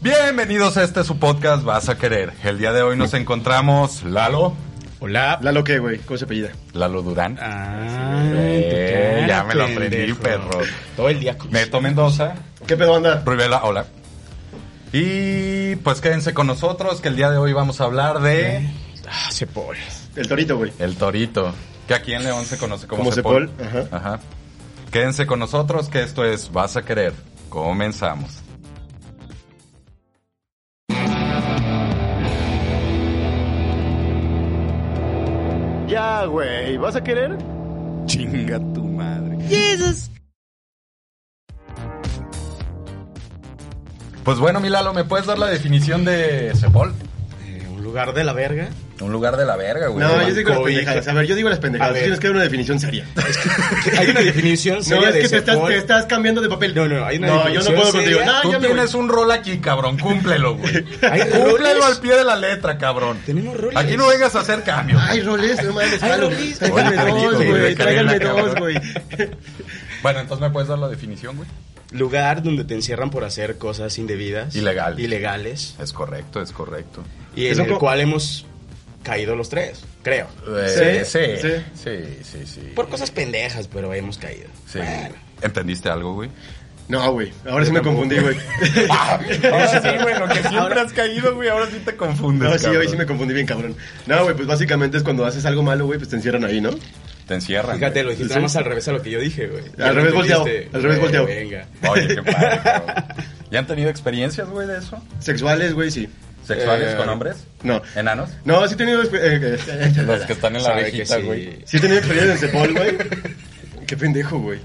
Bienvenidos a este su podcast Vas a Querer. El día de hoy nos encontramos Lalo, Hola. Lalo qué, güey, ¿cómo se apellida? Lalo Durán. Ah, Eh, ya me lo aprendí, perro. perro. Todo el día. Neto Mendoza, ¿Qué pedo anda? Rivela, hola. Y pues quédense con nosotros que el día de hoy vamos a hablar de Ah, se pone. El torito, güey. El Torito, que aquí en León se conoce como, Como Cepol. Cepol, ajá. Ajá. Quédense con nosotros que esto es Vas a Querer. Comenzamos. Ya, güey, ¿vas a querer? Chinga tu madre. Pues bueno, mi Lalo, ¿me puedes dar la definición de Cepol? Eh, un lugar de la verga. Un lugar de la verga, güey. No, yo digo las Banco, pendejadas. hija. A ver, yo digo las pendejadas. A ver. Tienes que dar una definición seria. Hay una definición No, seria es de que te estás, Cepol. te estás cambiando de papel. No, no, hay una No, yo definición no puedo seria. contigo. No, Tú Ah, ya me tienes un rol aquí, cabrón. Cúmplelo, güey. Hay Cúmplelo roles. al pie de la letra, cabrón. Tenemos roles. Aquí no vengas a hacer voy. cambios. Ay, roles, no mames. Ay, paro. roles. Oye, Tráiganme dos, Carlito, güey. güey, Tráiganme Carlita, dos, güey. Bueno, entonces me puedes dar la definición, güey. Lugar donde te encierran por hacer cosas indebidas. Ilegal. Ilegales. Es correcto, es correcto. Y Es en un el co- cual hemos caído los tres, creo. Eh, Sí, sí, sí, sí. Por cosas pendejas, pero hemos caído. Sí. Bueno. ¿Entendiste algo, güey? No, güey. Ahora sí me confundí, güey. Ahora sí, güey, lo que siempre Ahora- has caído, güey, ahora sí te confundes. No, sí, hoy cabrón. sí me confundí bien, cabrón. No, güey, pues básicamente es cuando haces algo malo, güey, pues te encierran ahí, ¿no? Te encierran. Fíjate, lo güey. dijiste Sí. nada más al revés a lo que yo dije, güey. Ya Al lo revés volteado, entendiste. al revés Eh, volteado. Venga. Oye, qué padre, cabrón. ¿Ya han tenido experiencias, güey, de eso? Sexuales, güey, sí. ¿Sexuales Eh, con hombres? no. ¿Enanos? No, sí he tenido... exper- eh, eh, Los que están en la Sabe que orejita, sí. güey. Sí he tenido experiencia en Cepol, güey. Qué pendejo, güey.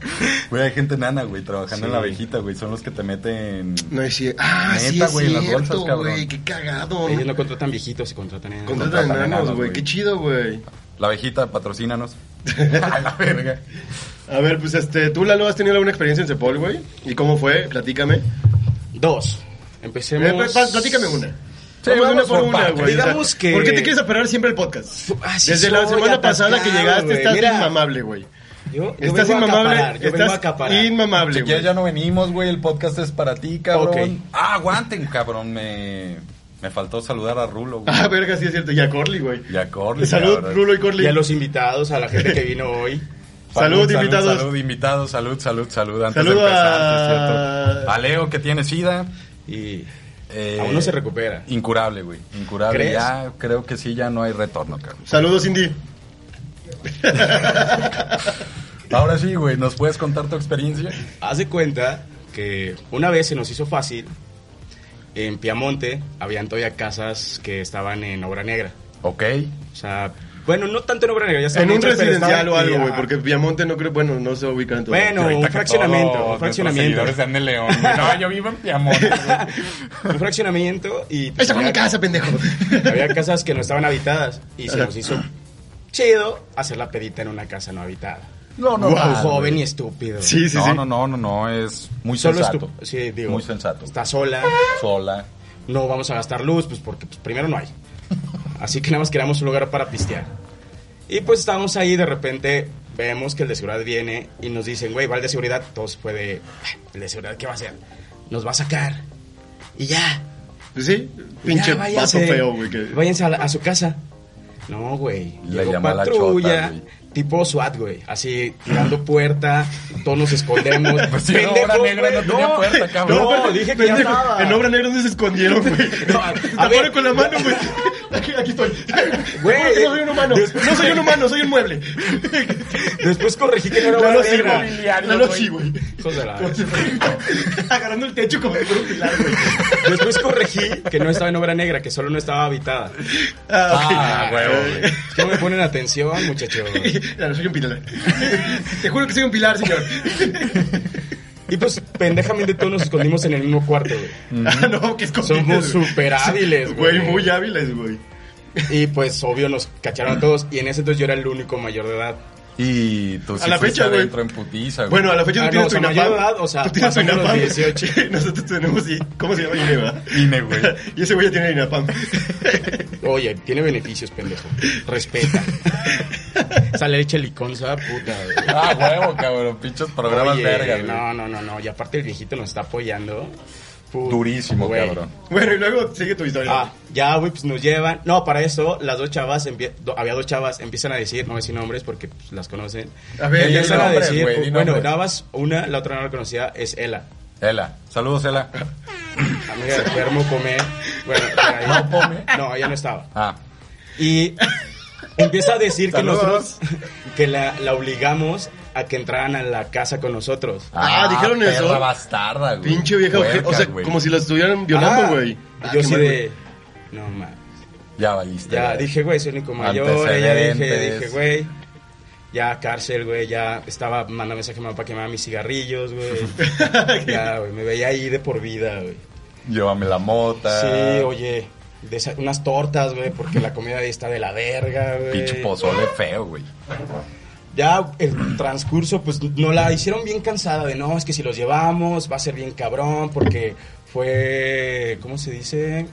Güey, hay gente nana, güey, trabajando en la Sí. abejita, güey. Son los que te meten. No es cierto. Ah, sí Neta, es güey, las cierto, bolsas, cabrón. güey. Qué cagado. Ellos no contratan viejitos, se contratan en... Contratan Contratan enanos, enanos, güey. güey. Qué chido, güey. La abejita, patrocínanos. A la verga. A ver, pues este, tú, Lalo, has tenido alguna experiencia en Cepol, güey. ¿Y cómo fue? Platícame. Dos. Eh, Empecemos... pa- pa- platícame una. Sí, Vamos vamos por partes. Digamos que- ¿Por qué te quieres aparar siempre el podcast? Así Desde la soy, semana pasada que atascado, llegaste güey. estás Mira, inmamable, güey. Yo, yo Estás vengo a inmamable. acaparar, yo vengo a estás acaparar. inmamable, Si güey. quieres, ya no venimos, güey. El podcast es para ti, cabrón. Ok. Ah, aguanten, cabrón. Me, me faltó saludar a Rulo, güey. Ah, verga, sí es cierto. Y a Corley, güey. Y a Corley. Salud, cabrón. Rulo y Corley. Y a los invitados, a la gente que vino hoy. Salud, invitados. Salud, invitados. Salud, salud, salud. Antes Salud de empezar, a- sí es cierto. A Leo, que tiene sida. Y Eh, aún no se recupera. Incurable, güey. Incurable. ¿Crees? Ya creo que sí, ya no hay retorno, cabrón. Saludos, Indy. Ahora sí, güey. ¿Nos puedes contar tu experiencia? Haz de cuenta que una vez se nos hizo fácil. En Piamonte habían todavía casas que estaban en obra negra. Ok. O sea, bueno, no tanto en obra negra, ya En un residencial o algo, güey, güey. Porque Viamonte no creo, bueno, no se ubica en todo. Bueno, Y ahorita un que fraccionamiento, todos un fraccionamiento. nuestros seguidores sean de León. güey. No, yo vivo en Piamonte, güey. un fraccionamiento y Esa fue mi había- casa, pendejo. había casas que no estaban habitadas y se Ajá. nos hizo chido hacer la pedita en una casa no habitada. No, no, Un no. joven y estúpido. Sí, sí, no, sí. no, no, no, no, es muy Solo sensato. estu- sí, digo, muy sensato. Está sola, sola. no vamos a gastar luz, pues porque pues, primero no hay. Así que nada más queríamos un lugar para pistear. Y pues estábamos ahí, de repente vemos que el de seguridad viene y nos dicen, güey, va el de seguridad, todos puede, el de seguridad, ¿qué va a hacer? Nos va a sacar. Y ya, Pues sí, pinche Ya, váyanse, pato feo, güey. que- Váyanse a, la- a su casa. No, güey. Le Llegó llama la chota, patrulla, güey. tipo SWAT, güey. Así, tirando puerta, todos nos escondemos. Pues si era obra güey. negra, no tenía puerta, cabrón. No, pero- dije que ya pendejo, estaba. En obra negra no se escondieron, güey. No, a- a a ver. ver, con la mano, güey. Aquí, aquí estoy. Güey. Juro que no soy un humano. Después- No soy un humano, soy un mueble. Después corregí que no era obra Claro, sí, negra. güey. Claro, sí, güey. Hijos de la- Como si fuera- Agarrando el techo como si fuera un pilar, güey. Después corregí que no estaba en obra negra, que solo no estaba habitada. Ah, huevo, güey. Es que No me ponen atención, muchachos. Claro, soy un pilar. Te juro que soy un pilar, señor. Y pues, pendejamente todos nos escondimos en el mismo cuarto, güey. Ah, no, que es Somos súper hábiles, Güey, güey. muy hábiles, güey. Y pues, obvio, nos cacharon a todos. Y en ese entonces yo era el único mayor de edad. Y tú A la fuiste fecha, güey. adentro en putiza, güey. Bueno, a la fecha Ah, tú tienes no, o tu sea, INAPAM. mayor edad, o sea, tú tienes tu pasando los INAPAM. 18. Nosotros tenemos, I- ¿cómo se llama INE, verdad? INE, güey. y ese güey ya tiene INAPAM. Oye, tiene beneficios, pendejo. Respeta. Sale leche liconza, puta. güey. Ah, huevo, cabrón. Pinchos programas Oye, verga, güey. No, no, no, no. Y aparte el viejito nos está apoyando. Puta, Durísimo, güey. cabrón. Bueno, y luego sigue tu historia. Ah, ya, güey, pues nos llevan. No, para eso, las dos chavas, empie- do- había dos chavas, empiezan a decir, no voy a decir nombres porque pues, las conocen. A ver, di empiezan nombres, a decir, güey, di bueno, nombres. nada más una, la otra no la conocía, es Ela. Ela, saludos, Ela. Amiga de Fermo Pomé. Bueno, por ahí. ¿No, Pomé? No, ella no estaba. Ah, Y empieza a decir que Saludos. nosotros, que la, la obligamos a que entraran a la casa con nosotros. Ah, dijeron perra eso. bastarda, güey. Pinche vieja Puerca, oje- O sea, güey. como si la estuvieran violando, Ah, güey. y Ah, yo qué sí mal, de. No mames. Ya valiste. Ya güey. dije, güey, soy el único mayor. Ya dije, Antecedentes. dije, güey. Ya cárcel, güey. Ya estaba mandando mensaje a mi mamá para que me haga mis cigarrillos, güey. ya, güey. Me veía ahí de por vida, güey. Llévame la mota. Sí, oye. desa- unas tortas, güey, porque la comida ahí está de la verga, güey. Pinche pozole feo, güey. ya el transcurso, pues no la hicieron bien cansada de no, es que si los llevamos va a ser bien cabrón, porque fue, ¿cómo se dice?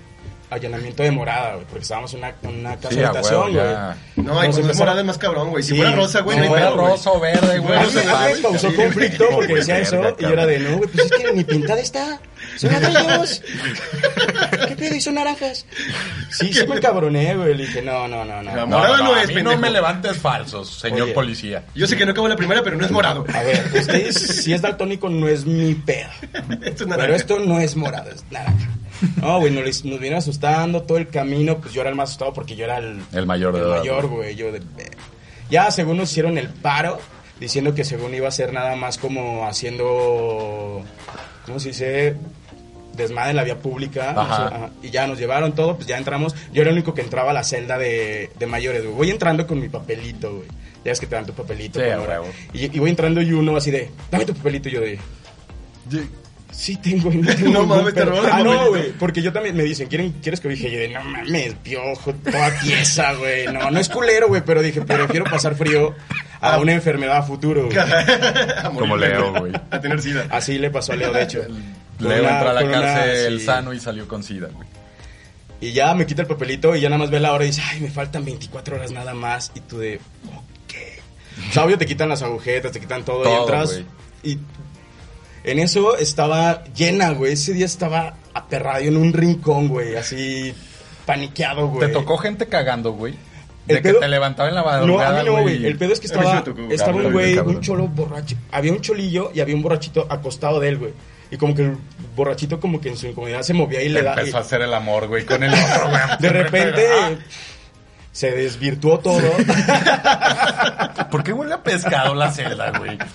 Allanamiento de morada, güey, porque estábamos en una, en una casa Sí, de a habitación, huevo, güey. ya. No, y Nos cuando es empezaron- morada es más cabrón, güey. Si pues Sí. fuera rosa, güey, Si no hay fuera pedo, güey. rosa o verde, güey. Bueno, no te se me hace pases. Me causó Sí, conflicto güey, porque decía verga, eso y yo era de cabrón. no, güey, pues es que ni pintada está. Son amarillos. ¿Qué pedo? Y son naranjas. Sí, sí me cabroné, güey. Le dije, no, no, no, No, no. No, Morada no, no a es, mí pendejo. no me levantes falsos, señor Oye. policía. Yo sé que no acabo la primera, pero no es morado. A ver, ustedes, si es daltónico, no es mi pedo. Esto es Pero naranja. esto no es morado, es naranja. No, güey, nos, nos vinieron asustando todo el camino. Pues yo era el más asustado porque yo era el, El mayor de el edad, mayor, güey. Yo de- Ya, según nos hicieron el paro, diciendo que según iba a ser nada más como haciendo. ¿Cómo se dice? Desmadre en la vía pública. Ajá. no sé, Y ya nos llevaron todo, pues ya entramos. Yo era el único que entraba a la celda de, de mayores, güey. Voy entrando con mi papelito, güey. Ya ves que te dan tu papelito. Sí, con a hora. huevo. y, y voy entrando y uno así de, dame tu papelito. Y yo de, Sí tengo, no tengo No ningún mames, te pedo. robaron el Ah, no, papelito. güey, porque yo también me dicen, ¿quieren, ¿quieres que dije? Yo de, no mames, piojo, toda pieza, güey. No, no es culero, güey, pero dije, prefiero pasar frío a una enfermedad a futuro, güey. A morir, Como Leo, güey. A tener sida. Así le pasó a Leo, de hecho. Leo entró a la cárcel sano. sano y salió con sida, güey. Y ya me quita el papelito y ya nada más ve la hora y dice, ay, me faltan 24 horas nada más. Y tú de, ok. O sea, obvio te quitan las agujetas, te quitan todo, y Todo, entras. güey. Y en eso estaba llena, güey. Ese día estaba aperrado en un rincón, güey, así paniqueado, güey. Te tocó gente cagando, güey. El De que pedo- te levantaban en la No, a madrugada, mí no, güey. El pedo es que A mí sí estaba, me tocó, estaba cabrón, un güey, cabrón. un cholo borracho. Había un cholillo y había un borrachito acostado de él, güey. Y como que el borrachito como que en su incomodidad se movía y le, Le da... y- empezó a hacer el amor, güey, con el otro, güey. de repente se desvirtuó todo. Ah, ¿Por qué huele a pescado la celda, güey?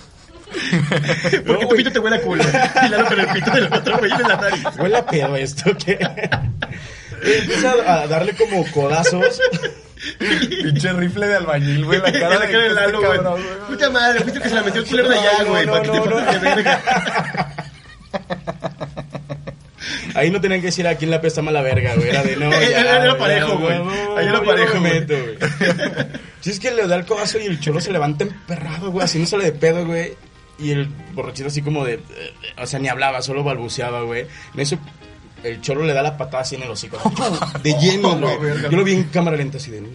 Porque tu pito te huele a culo. Y Lalo con el pito del otro, güey, de la nariz. Huele a pedo esto que empieza a darle como codazos. Pinche rifle de albañil, güey. La cara la cara de este Lalo, cabrón, güey. Puta madre, fuiste el que se la metió el culero de No, allá, no, güey. no, para que te no, pongas no. de verga. Ahí no tenían que decir a quién la pesta mala verga, güey. Era de no. ya, Era- era güey, parejo, ya, güey. no, Ahí yo era no parejo, me güey. meto, güey. Si es que le da el codazo y el cholo se levanta emperrado, güey, haciéndosele de pedo, güey. Y el borrachito así como de. eh, O sea, ni hablaba, solo balbuceaba, güey. En eso, el cholo le da la patada así en el hocico. De lleno, No, güey. Oh, verga. Yo lo vi en cámara lenta así de. No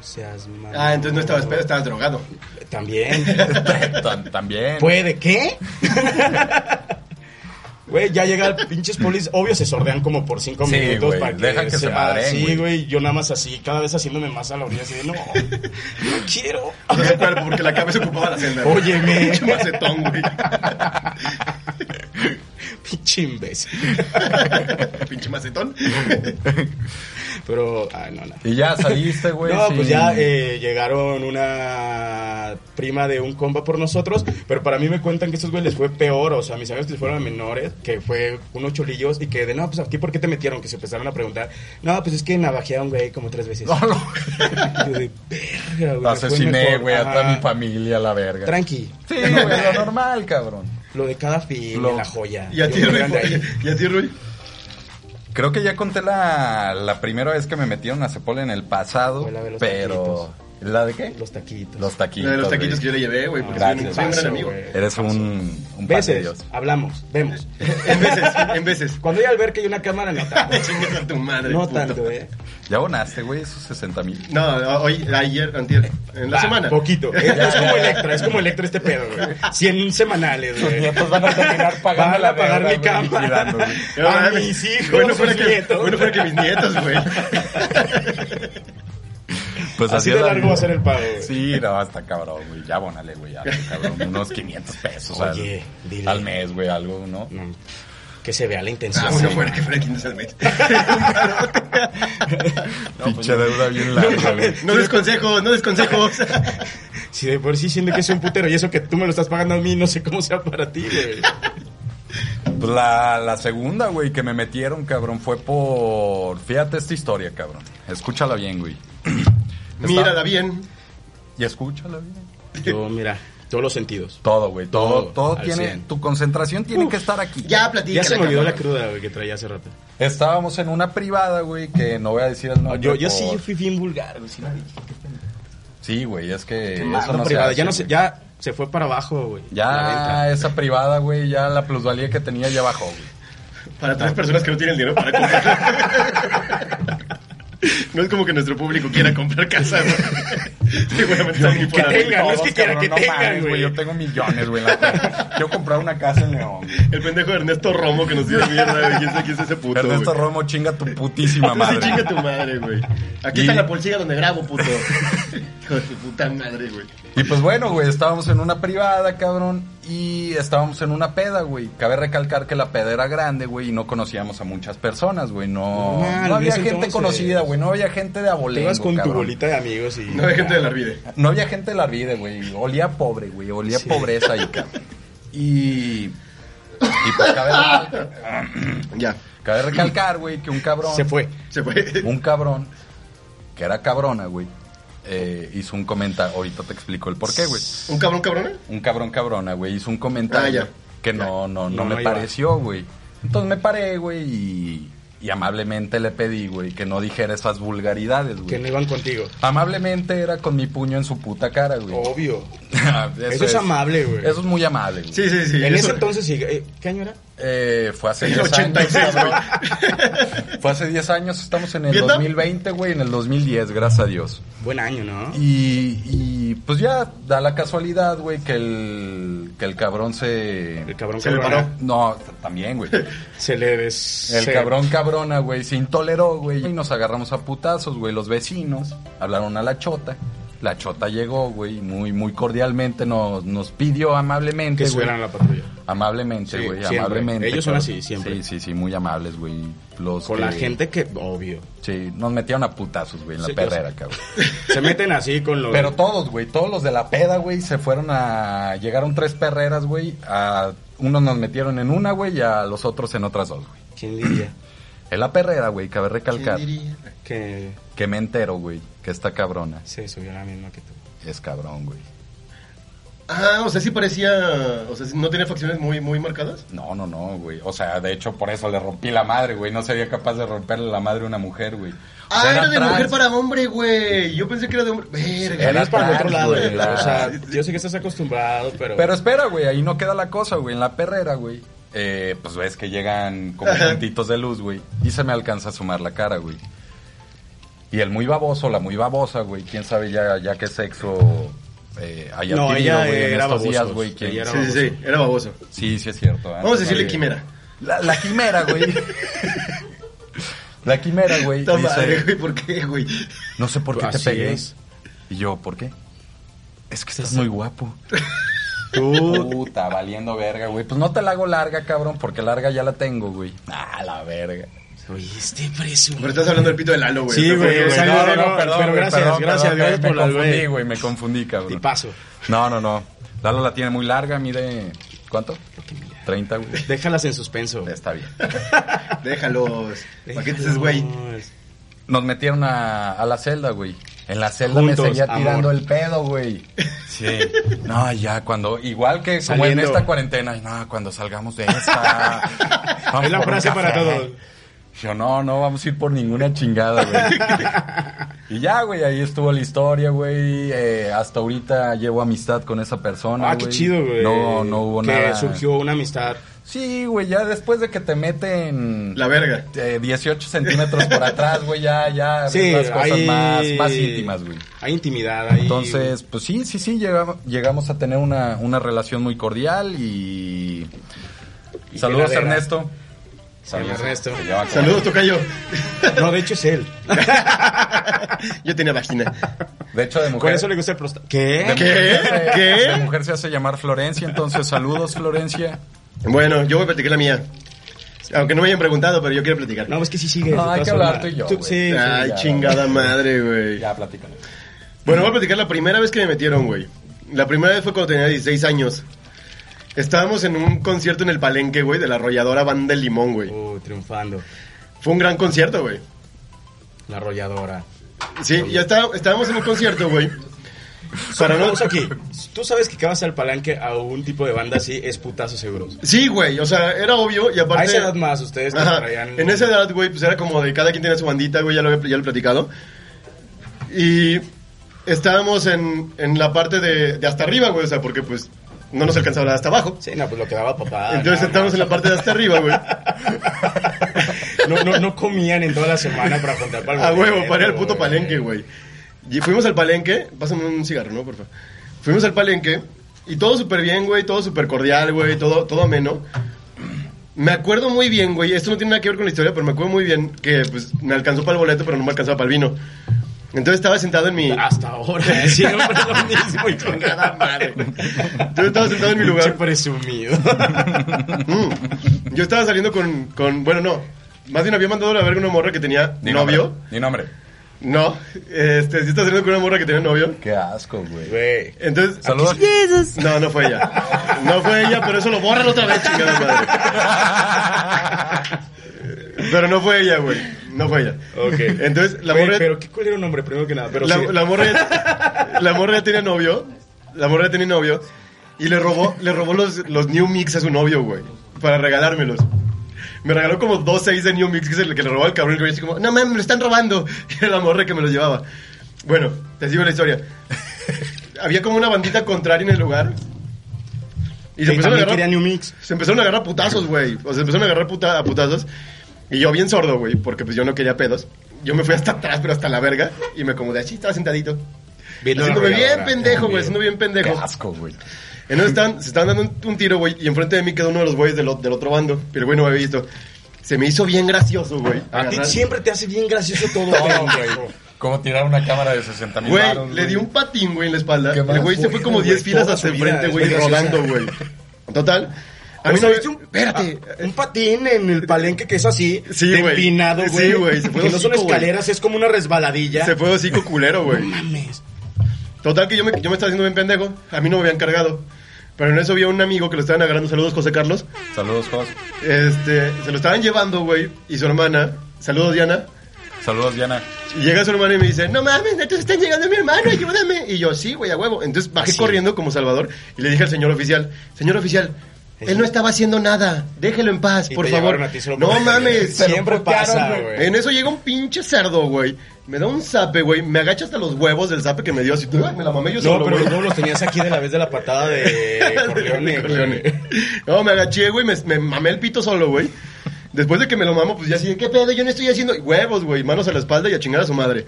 seas malo. Ah, entonces no estabas pedo, estabas drogado. También. Tan- También. ¿Puede qué? Güey, ya llega el pinches polis, obvio se sordean como por cinco Sí, minutos güey, para que, dejan que se va- madreen, Sí, güey. güey, yo nada más así, cada vez haciéndome más a la orilla, así de no, no quiero. O sea, su cuerpo, porque la cabeza ocupaba la celda. güey. Óyeme. Pinche macetón, güey. Pinche imbécil. Pinche macetón. Pero, ay, no, no. Y ya saliste, güey. No, sin- pues ya eh, llegaron una prima de un compa por nosotros, pero para mí me cuentan que estos güeyes les fue peor, o sea, mis amigos que les fueron a menores, que fue unos cholillos y que de, no, pues aquí, ¿por qué te metieron? Que se empezaron a preguntar, no, pues es que navajearon, güey, como tres veces. No, no. Yo de, verga, güey. me fue Asesiné, mejor". güey, a toda Ajá. mi familia, la verga. Tranqui, Sí, güey, lo normal, cabrón. lo de cada fin, Lo- la joya. Y a Yo ti, me Rui. eran de ahí. Y a ti, Rui. Creo que ya conté la, la primera vez que me metieron a Cepol en el pasado, Fue la de los pero taquitos. ¿La de qué? Los taquitos. Los taquitos. Una de los güey. taquitos que yo le llevé, güey, porque soy, Gracias, un- soy un gran paso, amigo. güey. Eres un, un pan de Veces, Dios. hablamos, vemos. En veces, en veces. Cuando hay alberca y una cámara, no tanto. Chingas a tu madre. No puto. tanto, ¿eh? Ya abonaste, güey, esos 60 mil. No, hoy, ayer, antier, en la Va, semana. Ah, Poquito. Es, es como Electra, es como Electra este pedo, güey. 100 semanales, güey. van a terminar pagando la deuda, güey, liquidando, güey. No, A mames. mis hijos, Bueno fuera, sus que, nietos. bueno fuera que mis nietos, güey. Pues así, Así de es la- largo va a ser el pago, güey. Sí, no, está cabrón, güey. Ya abónale, güey, algo, cabrón. Unos 500 pesos al- Oye, dile. al mes, güey, algo, ¿no? No, que se vea la intención. Ah, bueno fuera que fuera 15 al mes. Pinche pues, deuda bien larga, güey. No des consejos, no des consejos. Si de por sí siento que es un putero y eso que tú me lo estás pagando a mí, no sé cómo sea para ti, güey. Pues la, la segunda, güey, que me metieron, cabrón, fue por... Fíjate esta historia, cabrón. Escúchala bien, güey. Mírala bien. Y escúchala bien. Yo, mira, todos los sentidos. Todo, güey, todo. Todo, Todo, al tiene... cien. Tu concentración tiene que estar aquí. Ya platica. Ya se me olvidó la cruda, güey, que traía hace rato. Estábamos en una privada, güey, que no voy a decir el nombre. yo yo por- sí fui bien vulgar, güey. Sí, la dije. Sí, güey, es que... Ah, Eso no, no se privada, hace, ya, no se, güey. ya se fue para abajo, güey. la Ya venta. esa privada, güey, ya la plusvalía que tenía ya bajó, güey. Para tres personas que no tienen dinero para comprar. No es como que nuestro público quiera comprar casa, güey. Seguramente están muy Que fuera. tenga. no es que quiera que tengan, mames, güey. Yo tengo millones, güey. en la cuenta. Quiero comprar una casa en León, güey. El pendejo de Ernesto Romo que nos dio mierda, güey. ¿Quién es- quién es ese puto? Ernesto güey? Romo, chinga tu putísima Tú sí madre. chinga tu madre, güey. Aquí Y- está la bolsilla donde grabo, puto. Hijo de tu puta madre, güey. Y pues bueno, güey, estábamos en una privada, cabrón, y estábamos en una peda, güey. Cabe recalcar que la peda era grande, güey, y no conocíamos a muchas personas, güey. No, Normal, no había en ese gente entonces. conocida, güey. No había gente de Te abolengo, ibas con tu cabrón. bolita de amigos y. No hay gente de la vida. No había gente de la vida, güey. Olía pobre, güey. Olía Sí. pobreza ahí, cabrón. Y... Y pues cabe, Ya, cabe recalcar, güey, que un cabrón... Se fue. se fue. un cabrón que era cabrona, güey, eh, hizo un comentario. Ahorita te explico el por qué, güey. ¿Un cabrón cabrón? Un cabrón cabrona, güey, hizo un comentario Ah, ya. que no, no, no, No, me no iba. pareció, güey. Entonces me paré, güey, y, y amablemente le pedí, güey, que no dijera esas vulgaridades, Que no güey. iban contigo. Amablemente era con mi puño en su puta cara, güey. Ah, eso, Obvio. Oh. Eso es amable, güey. Eso es muy amable, güey. Sí, sí, sí. en ese eso- entonces sí. eh, ¿Qué año era? Eh, fue hace El 10 86, años. güey. cabrón. Fue hace 10 años, estamos en el ¿Vietnam? 2020, güey, en el 2010, gracias a Dios. Buen año, ¿no? Y, y, pues ya da la casualidad, güey, que el, que el cabrón se... El cabrón Se le cabrona. paró. No, t- también, güey. Se le des. El se- cabrón cabrona, güey, se intoleró, güey. Y nos agarramos a putazos, güey. Los vecinos hablaron a la chota. La chota llegó, güey, muy, muy cordialmente. Nos, nos pidió amablemente, Que güey. subieran a la patrulla. Amablemente, Sí, güey, siempre. amablemente. Ellos son cabrón. así, siempre. Sí, sí, sí, muy amables, güey. Los Con que- la gente que. Obvio. Sí, nos metieron a putazos, güey, en la Sí, perrera, yo- cabrón. Se meten así con los. Pero todos, güey, todos los de la peda, güey, se fueron a... Llegaron tres perreras, güey. A... Unos nos metieron en una, güey, y a los otros en otras dos, güey. ¿Quién diría? En la perrera, güey, cabe recalcar ¿Quién diría? Que que me entero, güey, que esta cabrona se subió a la misma que tú. es cabrón, güey. Ah, o sea, sí parecía. O sea, no tenía facciones muy, muy marcadas. No, no, no, güey. O sea, de hecho, por eso le rompí la madre, güey. No sería capaz de romperle la madre a una mujer, güey. O sea, Ah, era de trans. mujer para hombre, güey. Yo pensé que era de hombre. Verga. Era También es para el otro trans, lado. güey, güey. la- O sea, yo sé que estás acostumbrado, pero. Pero espera, güey, ahí no queda la cosa, güey. En la perrera, güey. Eh, pues ves que llegan como Ajá. puntitos de luz, güey. Y se me alcanza a sumar la cara, güey. Y el muy baboso, la muy babosa, güey. Quién sabe ya, ya qué sexo eh, haya No, adquirido, ella güey, en era estos días, babosos. güey. quién- Ella era Sí, sí, sí. Era baboso. Ah, Sí, sí es cierto. antes Vamos a decirle había- quimera. La, la quimera, güey. la quimera, güey. Puta dice, madre, güey. ¿Por qué, güey? no sé por qué te Así pegué. es. Y yo, ¿por qué? Es que estás muy guapo. Tú. Puta, valiendo verga, güey. Pues no te la hago larga, cabrón, porque larga ya la tengo, güey. Ah, la verga. Oíste, preso. Pero estás hablando del pito del Lalo, güey. Sí, Eso fue güey, que- güey. salió- no, no, pero güey, gracias, gracias a me- Dios me, por las, confundí, güey. güey, me confundí, cabrón. Y paso. No, no, no. Lalo la tiene muy larga, mide... ¿Cuánto? 30, güey. Déjalas en suspenso. Está bien. Déjalos. ¿Para qué te haces, güey? Déjalos. Nos metieron a, a la celda, güey. En la celda Juntos, me seguía amor. tirando el pedo, güey. Sí. No, ya, cuando... Igual que como en Saliendo. esta cuarentena. ay, No, cuando salgamos de esta... vamos Es la por un frase para café. todos. Yo, no, no vamos a ir por ninguna chingada, güey. Y ya, güey, ahí estuvo la historia, güey. Eh, hasta ahorita llevo amistad con esa persona. Ah, qué güey. chido, güey. No, no hubo que nada. surgió una amistad. Sí, güey, ya después de que te meten La verga. eh, 18 centímetros por atrás, güey, ya, ya Sí, ves las cosas hay... más, más íntimas, güey. Hay intimidad ahí. Entonces, pues sí, sí, sí, llegamos, llegamos a tener una, una relación muy cordial y... Y Saludos, heladera. Ernesto. Saludos, Ernesto. Saludos, tocayo. No, de hecho es él. Yo tenía vagina. De hecho, de Por mujer... eso le gusta el prostático. ¿Qué? de ¿Qué? mujer se- ¿Qué? de mujer se hace llamar Florencia, entonces saludos, Florencia. Bueno, yo voy a platicar la mía. Aunque no me hayan preguntado, pero yo quiero platicar. No, es que sí sigue. de No, hay todas que hablar formas. tú y yo, güey. sí, sí. Ay, ya, chingada madre, güey. Ya, platícanos. Bueno, voy a platicar la primera vez que me metieron, güey. La primera vez fue cuando tenía 16 años. Estábamos en un concierto en el Palenque, güey, de la arrolladora Banda del Limón, güey. Uh, triunfando. Fue un gran concierto, güey. La arrolladora. Sí, ya está- estábamos en un concierto, güey. Para no... Vamos aquí. Tú sabes que acabas al palanque a un tipo de banda así, es putazo seguro. Sí, güey, o sea, era obvio y aparte... A esa edad más, ustedes Ajá, nos traían. En esa edad, güey, pues era como de cada quien tenía su bandita, güey, ya lo, había- ya lo he platicado. Y estábamos en, en la parte de, de hasta arriba, güey, o sea, porque pues no nos alcanzaba la de hasta abajo. Sí, no, pues lo que daba papá. Entonces no, estábamos en la parte de hasta arriba, güey. No, no, no comían en toda la semana para contar para el A huevo, boleto, para ir al puto palenque, güey. Y fuimos al palenque, pásame un cigarro, ¿no? Por favor. Fuimos al palenque y todo súper bien, güey, todo súper cordial, güey, todo, todo ameno. Me acuerdo muy bien, güey, esto no tiene nada que ver con la historia, pero me acuerdo muy bien que pues, me alcanzó para el boleto, pero no me alcanzaba para el vino. Entonces estaba sentado en mi... Hasta ahora, siempre es lo mismo y con nada madre. Entonces estaba sentado en mi Pinche lugar. presumido. Mm. Yo estaba saliendo con, con... Bueno, no. Más bien había mandado a la verga una morra que tenía Ni novio. nombre, Ni nombre. No. Este, sí estaba saliendo con una morra que tenía novio. Qué asco, güey. Güey. Entonces... Saludos. No, no fue ella. No fue ella, pero eso lo borran otra vez, chingada madre. Pero no fue ella, güey. No fue ella. Ok. Entonces, la Güey, morra, Pero qué culero nombre, primero que nada. Pero la, sí. la morra ya, la morra ya tenía novio. La morra ya tenía novio. Y le robó, le robó los, los New Mix a su novio, güey. Para regalármelos. Me regaló como dos seis de New Mix, que es el que le robó al cabrón. Y yo así como, no mames, me lo están robando. Y era la morra que me los llevaba. Bueno, te sigo la historia. Había como una bandita contraria en el lugar. Y Que se empezaron a también agarrar quería New Mix. se empezaron a agarrar a putazos, güey. O sea, se empezaron a agarrar puta- a putazos. Y yo bien sordo, güey, porque pues yo no quería pedos. Yo me fui hasta atrás, pero hasta la verga. Y me acomodé así, estaba sentadito. Viendo haciéndome la bien arrolladora. pendejo, güey, Bien. haciendo bien Qué pendejo. asco, güey. Entonces estaban- se estaban dando un, un tiro, güey, y enfrente de mí quedó uno de los güeyes del, o- del otro bando. Pero el güey no me había visto. Se me hizo bien gracioso, güey. A ti agarrar- siempre te hace bien gracioso todo, pendejo. Como tirar una cámara de 60 mil Güey, le di un patín, güey, en la espalda. ¿Qué El más, güey se fue güey? como Güey, 10 filas toda hacia su vida enfrente, es güey, graciosa. rodando, güey. Total. A mí O sea, no me- viste un, Espérate. a- un patín en el palenque que es así, Sí, de güey. empinado, Sí, güey. güey, se fue que no son hocico, güey. escaleras, es como una resbaladilla. Ah, Se fue hocico culero, güey. Mames. Total que yo me, yo me estaba haciendo bien pendejo, a mí no me habían cargado. Pero en eso había un amigo que lo estaban agarrando, saludos José Carlos. Saludos, Jos. Este, se lo estaban llevando, güey, y su hermana, saludos Diana. Saludos, Diana. Y llega su hermana y me dice, no mames, neto, se están llegando a mi hermano, ayúdame. Y yo, sí, güey, a huevo. Entonces bajé Así. corriendo como Salvador y le dije al señor oficial, señor oficial, él no estaba haciendo nada, déjelo en paz, Y por te favor. llevaron a ti solo por No defender. mames, Se lo Siempre putearon, pasa, güey. güey. en eso llega un pinche cerdo, güey. Me da un zape, güey. Me agacha hasta los huevos del zape que me dio así. "Uy, Me la mamé yo No, solo, pero güey". los dos los tenías aquí de la vez de la patada de Corleone. De güey. Corleone. No, me agaché, güey, me, me mamé el pito solo, güey. Después de que me lo mamo, pues ya así, de, ¿qué pedo? Yo no estoy haciendo huevos, güey, manos a la espalda y a chingar a su madre.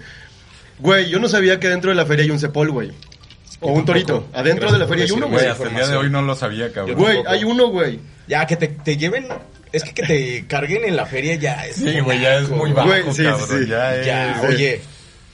Güey, yo no sabía que dentro de la feria hay un cepol, güey. O un torito. Adentro de la feria hay uno, Güey, güey. hasta el día de hoy no lo sabía, cabrón. Güey, tampoco. hay uno, güey. Ya, que te, te lleven... Es que que te carguen en la feria ya es... Sí, güey, ya es muy bajo, Güey, sí, sí, cabrón. sí. Ya es... Ya, sí. oye,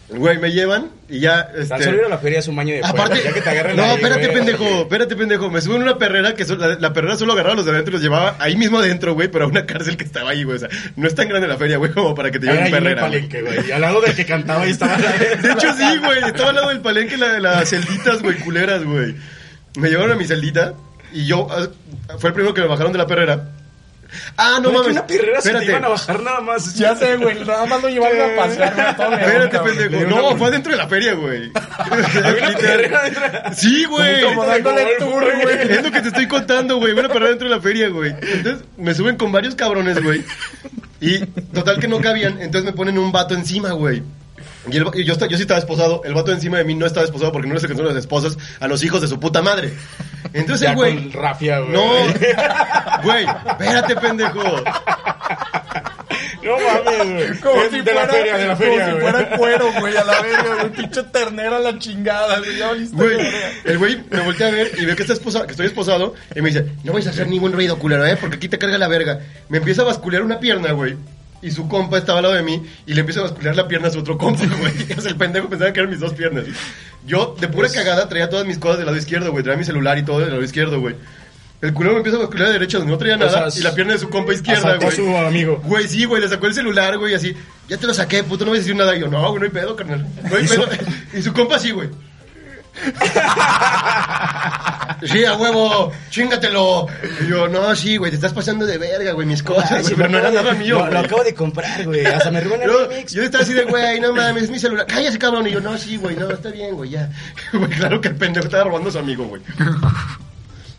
Güey, me llevan y ya, tan solo ir a este... la feria es un baño de pueblo, Aparte, ya que te agarren no, ahí, espérate, güey. pendejo, espérate, pendejo. Me suben a una perrera que sol- la, la perrera solo agarraba a los de adentro y los llevaba ahí mismo adentro, güey, pero a una cárcel que estaba ahí, güey. O sea, no es tan grande la feria, güey, como para que te Era lleven ahí en el perrera. güey. palenque, güey. Al lado del que cantaba ahí estaba la... De hecho, sí, güey. Estaba al lado del palenque la, las celditas, güey, culeras, güey. Me llevaron a mi celdita y yo. ah, Fue el primero que me bajaron de la perrera. Ah, no Güey, que mames. una perrera se te Espérate. iban a bajar nada más. Ya sé, güey. Nada más lo llevaron a pasear. güey, a todo León, Espérate, cabrón. Le pendejo. dieron No, una- fue adentro de la feria, güey. Había una perrera dentro. Sí, güey. Como dándole Golf, tour, güey. güey. Es lo que te estoy contando, güey. Van a parar dentro de la feria, güey. Entonces me suben con varios cabrones, güey. Y total que no cabían. Entonces me ponen un vato encima, güey. Y, el va- y yo, esta- yo sí estaba esposado. El vato encima de mí no estaba esposado porque no les alcanzaron las esposas a los hijos de su puta madre. Entonces Ya el güey. con Rafia, güey. No, güey, espérate, pendejo. No mames, güey. Como Es si de fuera, la feria, de la como feria, si güey. fuera cuero, güey, a la verga, güey. Pinche ternera a la chingada, güey. Ya valiste Güey, verga. el güey me voltea a ver y ve que, está esposa, que estoy esposado y me dice, no vais a hacer ningún ruido, culero, ¿eh? Porque aquí te carga la verga. Me empieza a basculear una pierna, güey. Y su compa estaba al lado de mí y le empieza a basculear la pierna a su otro compa, güey. O sea, el pendejo pensaba que eran mis dos piernas. Yo, de pura cagada, traía todas mis cosas del lado izquierdo, güey. Traía mi celular y todo del lado izquierdo, güey. El culero me empieza a basculear de derecha donde no traía nada O sea, y la pierna de su compa izquierda, Asaltó a güey. su amigo. Güey, sí, güey, le sacó el celular, güey, así. Ya te lo saqué, puto, no me a decir nada. Y yo, no, güey, no hay pedo, carnal. No hay pedo. Y su compa sí, güey. Sí, a huevo, chingatelo. Y yo, no, sí, güey, te estás pasando de verga, güey, mis cosas. Ay, güey, sí, Ah, pero no lo era acabo de- nada mío, Lo, lo güey. acabo de comprar, güey. Hasta me robó en el Yo, remix. yo estaba así de, güey, no mames, es mi celular. Cállese, cabrón. Y yo, no, sí, güey, no, está bien, güey, ya. Güey, claro que el pendejo estaba robando a su amigo, güey.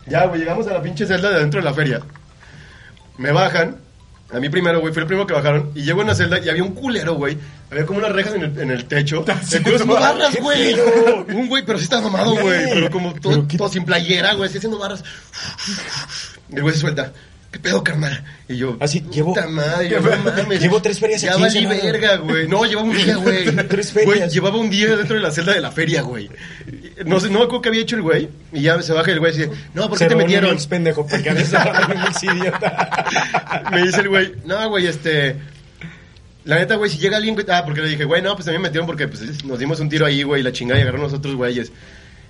Ya, güey, llegamos a la pinche celda de adentro de la feria. Me bajan. A mí primero, güey, fui el primero que bajaron. Y llego a una celda y había un culero, güey. Había como unas rejas en el, en el techo. El culero haciendo barras, güey. Un güey, pero sí está mamado, güey. Pero como todo, todo sin playera, güey, así haciendo barras. Y el güey se suelta. ¿Qué pedo, carnal? Y yo, Así, Ah, llevo- puta madre, yo, no mames. Llevo tres ferias ya aquí valí encerrado. verga, güey. No, llevaba un día, güey. Tres ferias. Güey, llevaba un día dentro de la celda de la feria, güey. No sé, no me acuerdo qué había hecho el güey. Y ya se baja el güey y dice, no, ¿por qué Se te robó un metieron? remix, pendejo, porque habías robado el remix, idiota. me dice el güey, no, güey, este. La neta, güey, si llega alguien. Ah, porque le dije, güey, no, pues también me metieron porque pues, nos dimos un tiro ahí, güey, y la chingada y agarraron los otros güeyes.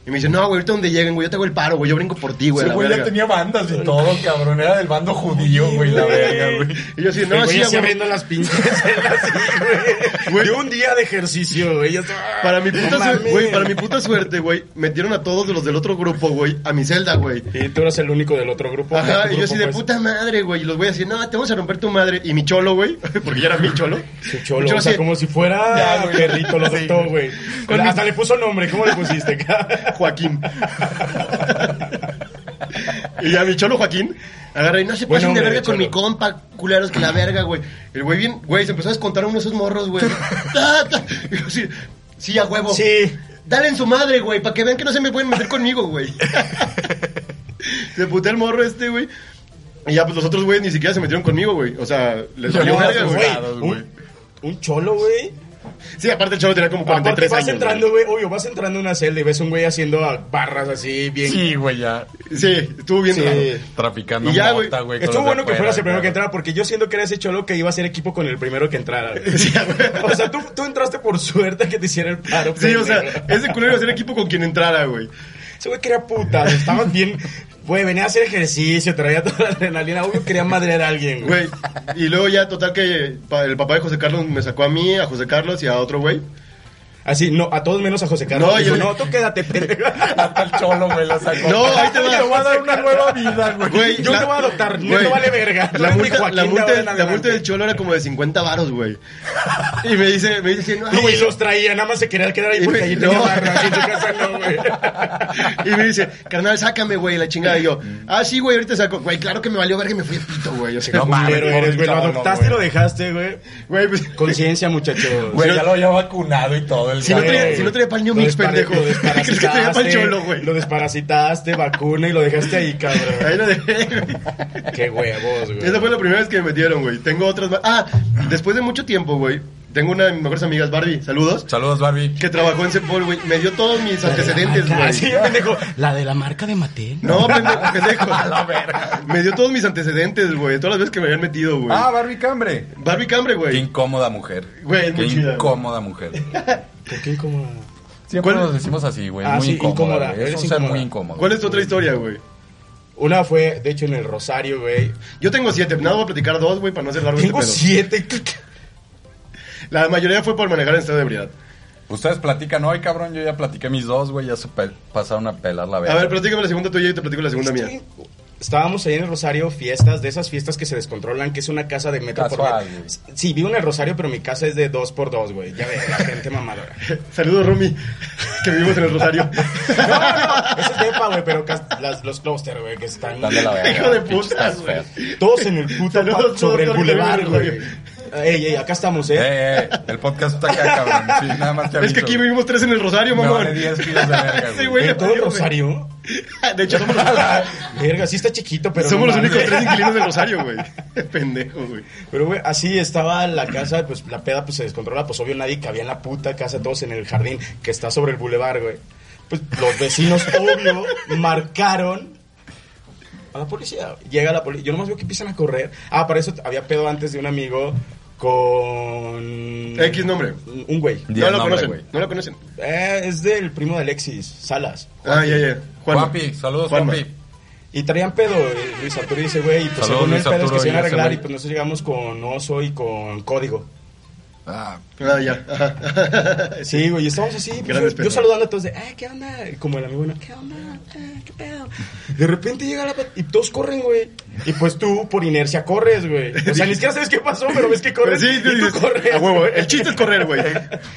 Y me dice, no, güey, ahorita donde lleguen, güey, yo te hago el paro, güey, yo brinco por ti, güey, Ese la güey ya verga. tenía bandas y todo, cabrón. Era del bando judío, güey, la verga, güey. Y yo así, El no, güey sí, así güey. abriendo las pinches celas, sí, güey. Güey. De un día de ejercicio, güey. Ya estaba- "Ah, Para mi, No puta suer- mames. güey, para mi puta suerte, güey, metieron a todos los del otro grupo, güey, a mi celda, güey. Y tú eras el único del otro grupo. Ajá, Tu y yo grupo, así de pues, puta madre, güey. Y los güeyes así, no, te vamos a romper tu madre. Y mi cholo, güey, porque ya era mi cholo. Su Mi cholo, o sea, así, como si fuera Ya, güey. perrito, lo Sí. adoptó, güey. Con Hasta mi- le puso nombre, ¿cómo le pusiste? Joaquín. y ya mi cholo Joaquín agarra y no se Buen pasen de hombre, verga con cholo. mi compa, culeros, que la verga, güey. El güey bien, güey, se empezó a descontar a uno de esos morros, güey. Ta, ta. y yo así, sí, a huevo. Sí. Dale en su madre, güey, para que vean que no se me pueden meter conmigo, güey. se putea el morro este, güey. Y ya, pues los otros güeyes ni siquiera se metieron conmigo, güey. O sea, les Ya valió no, verga, pues, güey. güey. un, un cholo, güey. Sí, aparte el chavo tenía como Aparte 43 vas años. entrando, güey. güey. Oye, vas entrando a una celda y ves un güey haciendo ah, barras así, bien. Sí, güey, ya. Sí, estuvo bien Sí. raro. Traficando Y ya, güey, mota, güey. con Estuvo los de bueno que afuera, fueras el primero güey. que entrara, porque yo siento que era ese cholo que iba a ser equipo con el primero que entrara. güey. Sí, güey. O sea, tú, tú entraste por suerte que te hiciera el paro. Sí, o sea, pendejo. ese culero iba a ser equipo con quien entrara, güey. Ese güey quería putas, estabas bien. Güey, venía a hacer ejercicio, traía toda la adrenalina. Obvio quería madrear a alguien, güey. Güey, y luego ya, total que pa- el papá de José Carlos me sacó a mí, a José Carlos y a otro güey. Así, no, a todos menos a José Carlos. No, No, yo- no, tú quédate, pendejo. Hasta el cholo, güey, lo sacó. No, ahí te va. Te voy a dar una nueva vida, güey. Güey, Yo la- te voy a adoptar, no güey, te vale verga. Tú La eres mi multa, Joaquín la de multa, ahora en la adelante. multa del cholo era como de 50 varos, güey. Y me dice, me dice, no, Y güey. los traía, nada más se quería quedar ahí porque Y- allí tenía no. barra. y En tu casa no, güey. Y me dice, carnal, sácame, güey, la chingada. Y yo, ah, sí, güey, ahorita saco. Güey, claro que me valió verga y me fui a pito, güey. O sea, Mm. No mames, Pero eres, güey. Lo cabrón, adoptaste y lo güey. dejaste, güey. güey, pues, Conciencia, muchachos. Güey, si ya no- lo había vacunado y todo. El Si no cabrón, traía- güey. si no traía pa'l New Lo Mix, despara- pendejo. Lo ¿Crees que traía pa'l desparasitaste, cholo, güey? Lo desparasitaste, vacuna y lo dejaste ahí, cabrón. ahí lo dejé, güey. Qué huevos, güey. Esa fue la primera vez que me metieron, güey. Tengo otras más. Ah, después de mucho tiempo, güey. Tengo una de mis mejores amigas, Barbie. Saludos. Saludos, Barbie. Que trabajó en Cepol, güey. Me dio todos mis antecedentes, Ah, sí, güey. pendejo. La de la marca de Mateo. No, pende- pendejo. A la verga. Me dio todos mis antecedentes, güey. Todas las veces que me habían metido, güey. Ah, Barbie Cambre. Barbie Cambre, Qué güey. incómoda mujer. Güey, Qué es muy chida, güey. incómoda mujer. ¿Por qué incómoda? Siempre ¿Cuál- nos decimos así, güey. Ah, muy sí, incómoda, incómoda. güey. eres Es un ser incómoda. muy incómodo. ¿Cuál es tu otra historia, güey? Una fue, de hecho, en el Rosario, güey. Yo tengo siete. Nada, voy a platicar dos, güey, para no hacer largo Tengo este siete. pedo. La mayoría fue por manejar en estado de ebriedad. Ustedes platican hoy, cabrón. Yo ya platiqué mis dos, güey. Ya se pe- pasaron a pelar la A verga. ver, platícame la segunda tuya y te platico la segunda mía. Estábamos ahí en el Rosario, fiestas, de esas fiestas que se descontrolan, que es una casa de metro Casual, por güey. metro. Sí, vivo en el Rosario, pero mi casa es de dos por dos, güey. Ya ves, la gente mamadora. Saludos, Rumi, que vivimos en el Rosario. No, no, ese es depa, güey, pero cas- las- los cluster, güey, que están... Dale la verga. Hijo de pinches putas, feas. güey. Todos en el puto Saludos, pa- sobre el doctor, que vive en bulevar, el güey. Rosario. Ey, ey, acá estamos, ¿eh? Eh, eh, el podcast está acá, cabrón. Sí, nada más te Es que aviso, aquí güey. vivimos tres en el Rosario, me mamón. vale 10 kilos de verga, Sí, güey. güey. ¿De todo güey. Rosario? De hecho, somos los, Verga, sí está chiquito, pero... no somos los mames. únicos tres inquilinos del Rosario, güey. Pendejo, güey. Pero, güey, así estaba la casa, pues la peda pues, se descontrola, pues obvio nadie cabía en la puta casa, todos en el jardín que está sobre el bulevar, güey. Pues los vecinos, obvio, marcaron a la policía. Llega la policía, yo nomás veo que empiezan a correr. Ah, para eso había pedo antes de un amigo con... X nombre. Un güey. Di No el lo nombre, conocen, güey. no lo conocen. Eh, es del primo de Alexis, Salas. Ah, ya, ya. Juanma. Juanpi, saludos, Juanma. Juanpi. Y traían pedo, y Luis Arturo dice, güey, y pues Saludos, según Luis el pedo es Arturo, que se y iban a ese arreglar güey. y pues nosotros llegamos con Oso y con Código. Ah, Ah, ya. ajá. Sí, güey, y estábamos así. pues, Grandes yo, yo pedos. saludando a todos de, eh, ¿qué onda? Y Como el amigo, ¿no? ¿qué onda? Eh, ¿Qué pedo? De repente llega la. pat- Y todos corren, güey. Y pues tú, por inercia, corres, güey. O sea, ni siquiera sabes qué pasó, pero ves que Pero corres. sí, y tú dices, a huevo, el chiste es correr, güey.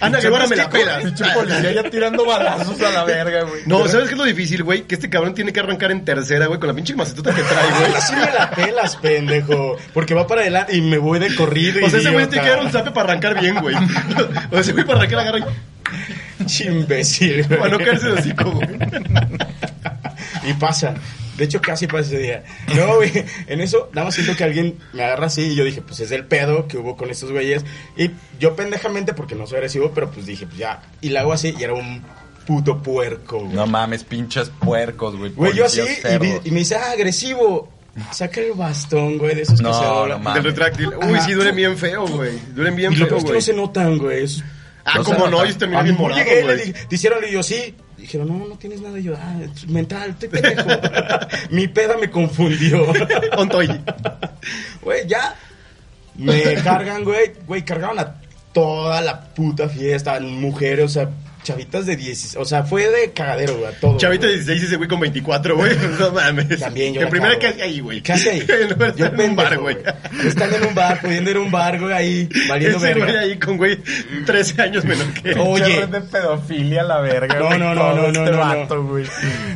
Ana Guevara me la pela. Ah, Pinche policía ya tirando balazos a la verga, güey. No, ¿sabes qué es lo difícil, güey? Que este cabrón tiene que arrancar en tercera, güey, con la pinche macetuta que trae, güey. Así me la pelas, pendejo. Porque va para adelante y me voy de corrido. O sea, ese güey tiene que dar un idiota. zape para arrancar bien, güey. O sea, ese güey para arrancar agarra Pinche imbécil, güey. para no caerse de hocico, güey. Y pasa. De hecho, casi pasa ese día. No, güey. En eso, nada más siento que alguien me agarra así. Y yo dije, pues es del pedo que hubo con estos güeyes. Y yo pendejamente, porque no soy agresivo, pero pues dije, pues ya. Y la hago así y era un puto puerco, güey. No mames, pinches puercos, güey. güey, yo así. policías Y, vi- cerdos. y me dice, ah, agresivo. Saca el bastón, güey, de esos No, que se doblan. no mames. Del retráctil. Uy, sí, duelen bien feo, güey. Duelen bien Ah. Y lo peor feo, es que no güey. se notan, güey. Es- Ah, No se como nota. no, ellos A terminan mí bien morado, llegué, le güey. dije, dijeron, y yo, sí. Dijeron, no, no tienes nada. Y yo, ah, es mental, estoy pendejo. Mi peda me confundió. Ontoy. Güey, ya. Me cargan, güey. Güey, cargaron a toda la puta fiesta. Mujeres, o sea, chavitas de 10. O sea, fue de cagadero, güey, a todo. Chavita de güey. 16 ese güey con 24, güey. No mames. También yo. En la primera, cago, ¿qué hacía ahí, güey? ¿Qué hace ahí? En lugar de Yo estar en un bar, pendejo, güey. Estando en un bar, pudiendo ir a un bar, güey, ahí, valiendo Ese güey verga. ahí con, güey, 13 años menor que él. Oh, Oye. Pinche red de pedofilia la verga, No, güey, no, no, todo no, este no, no. vato, güey.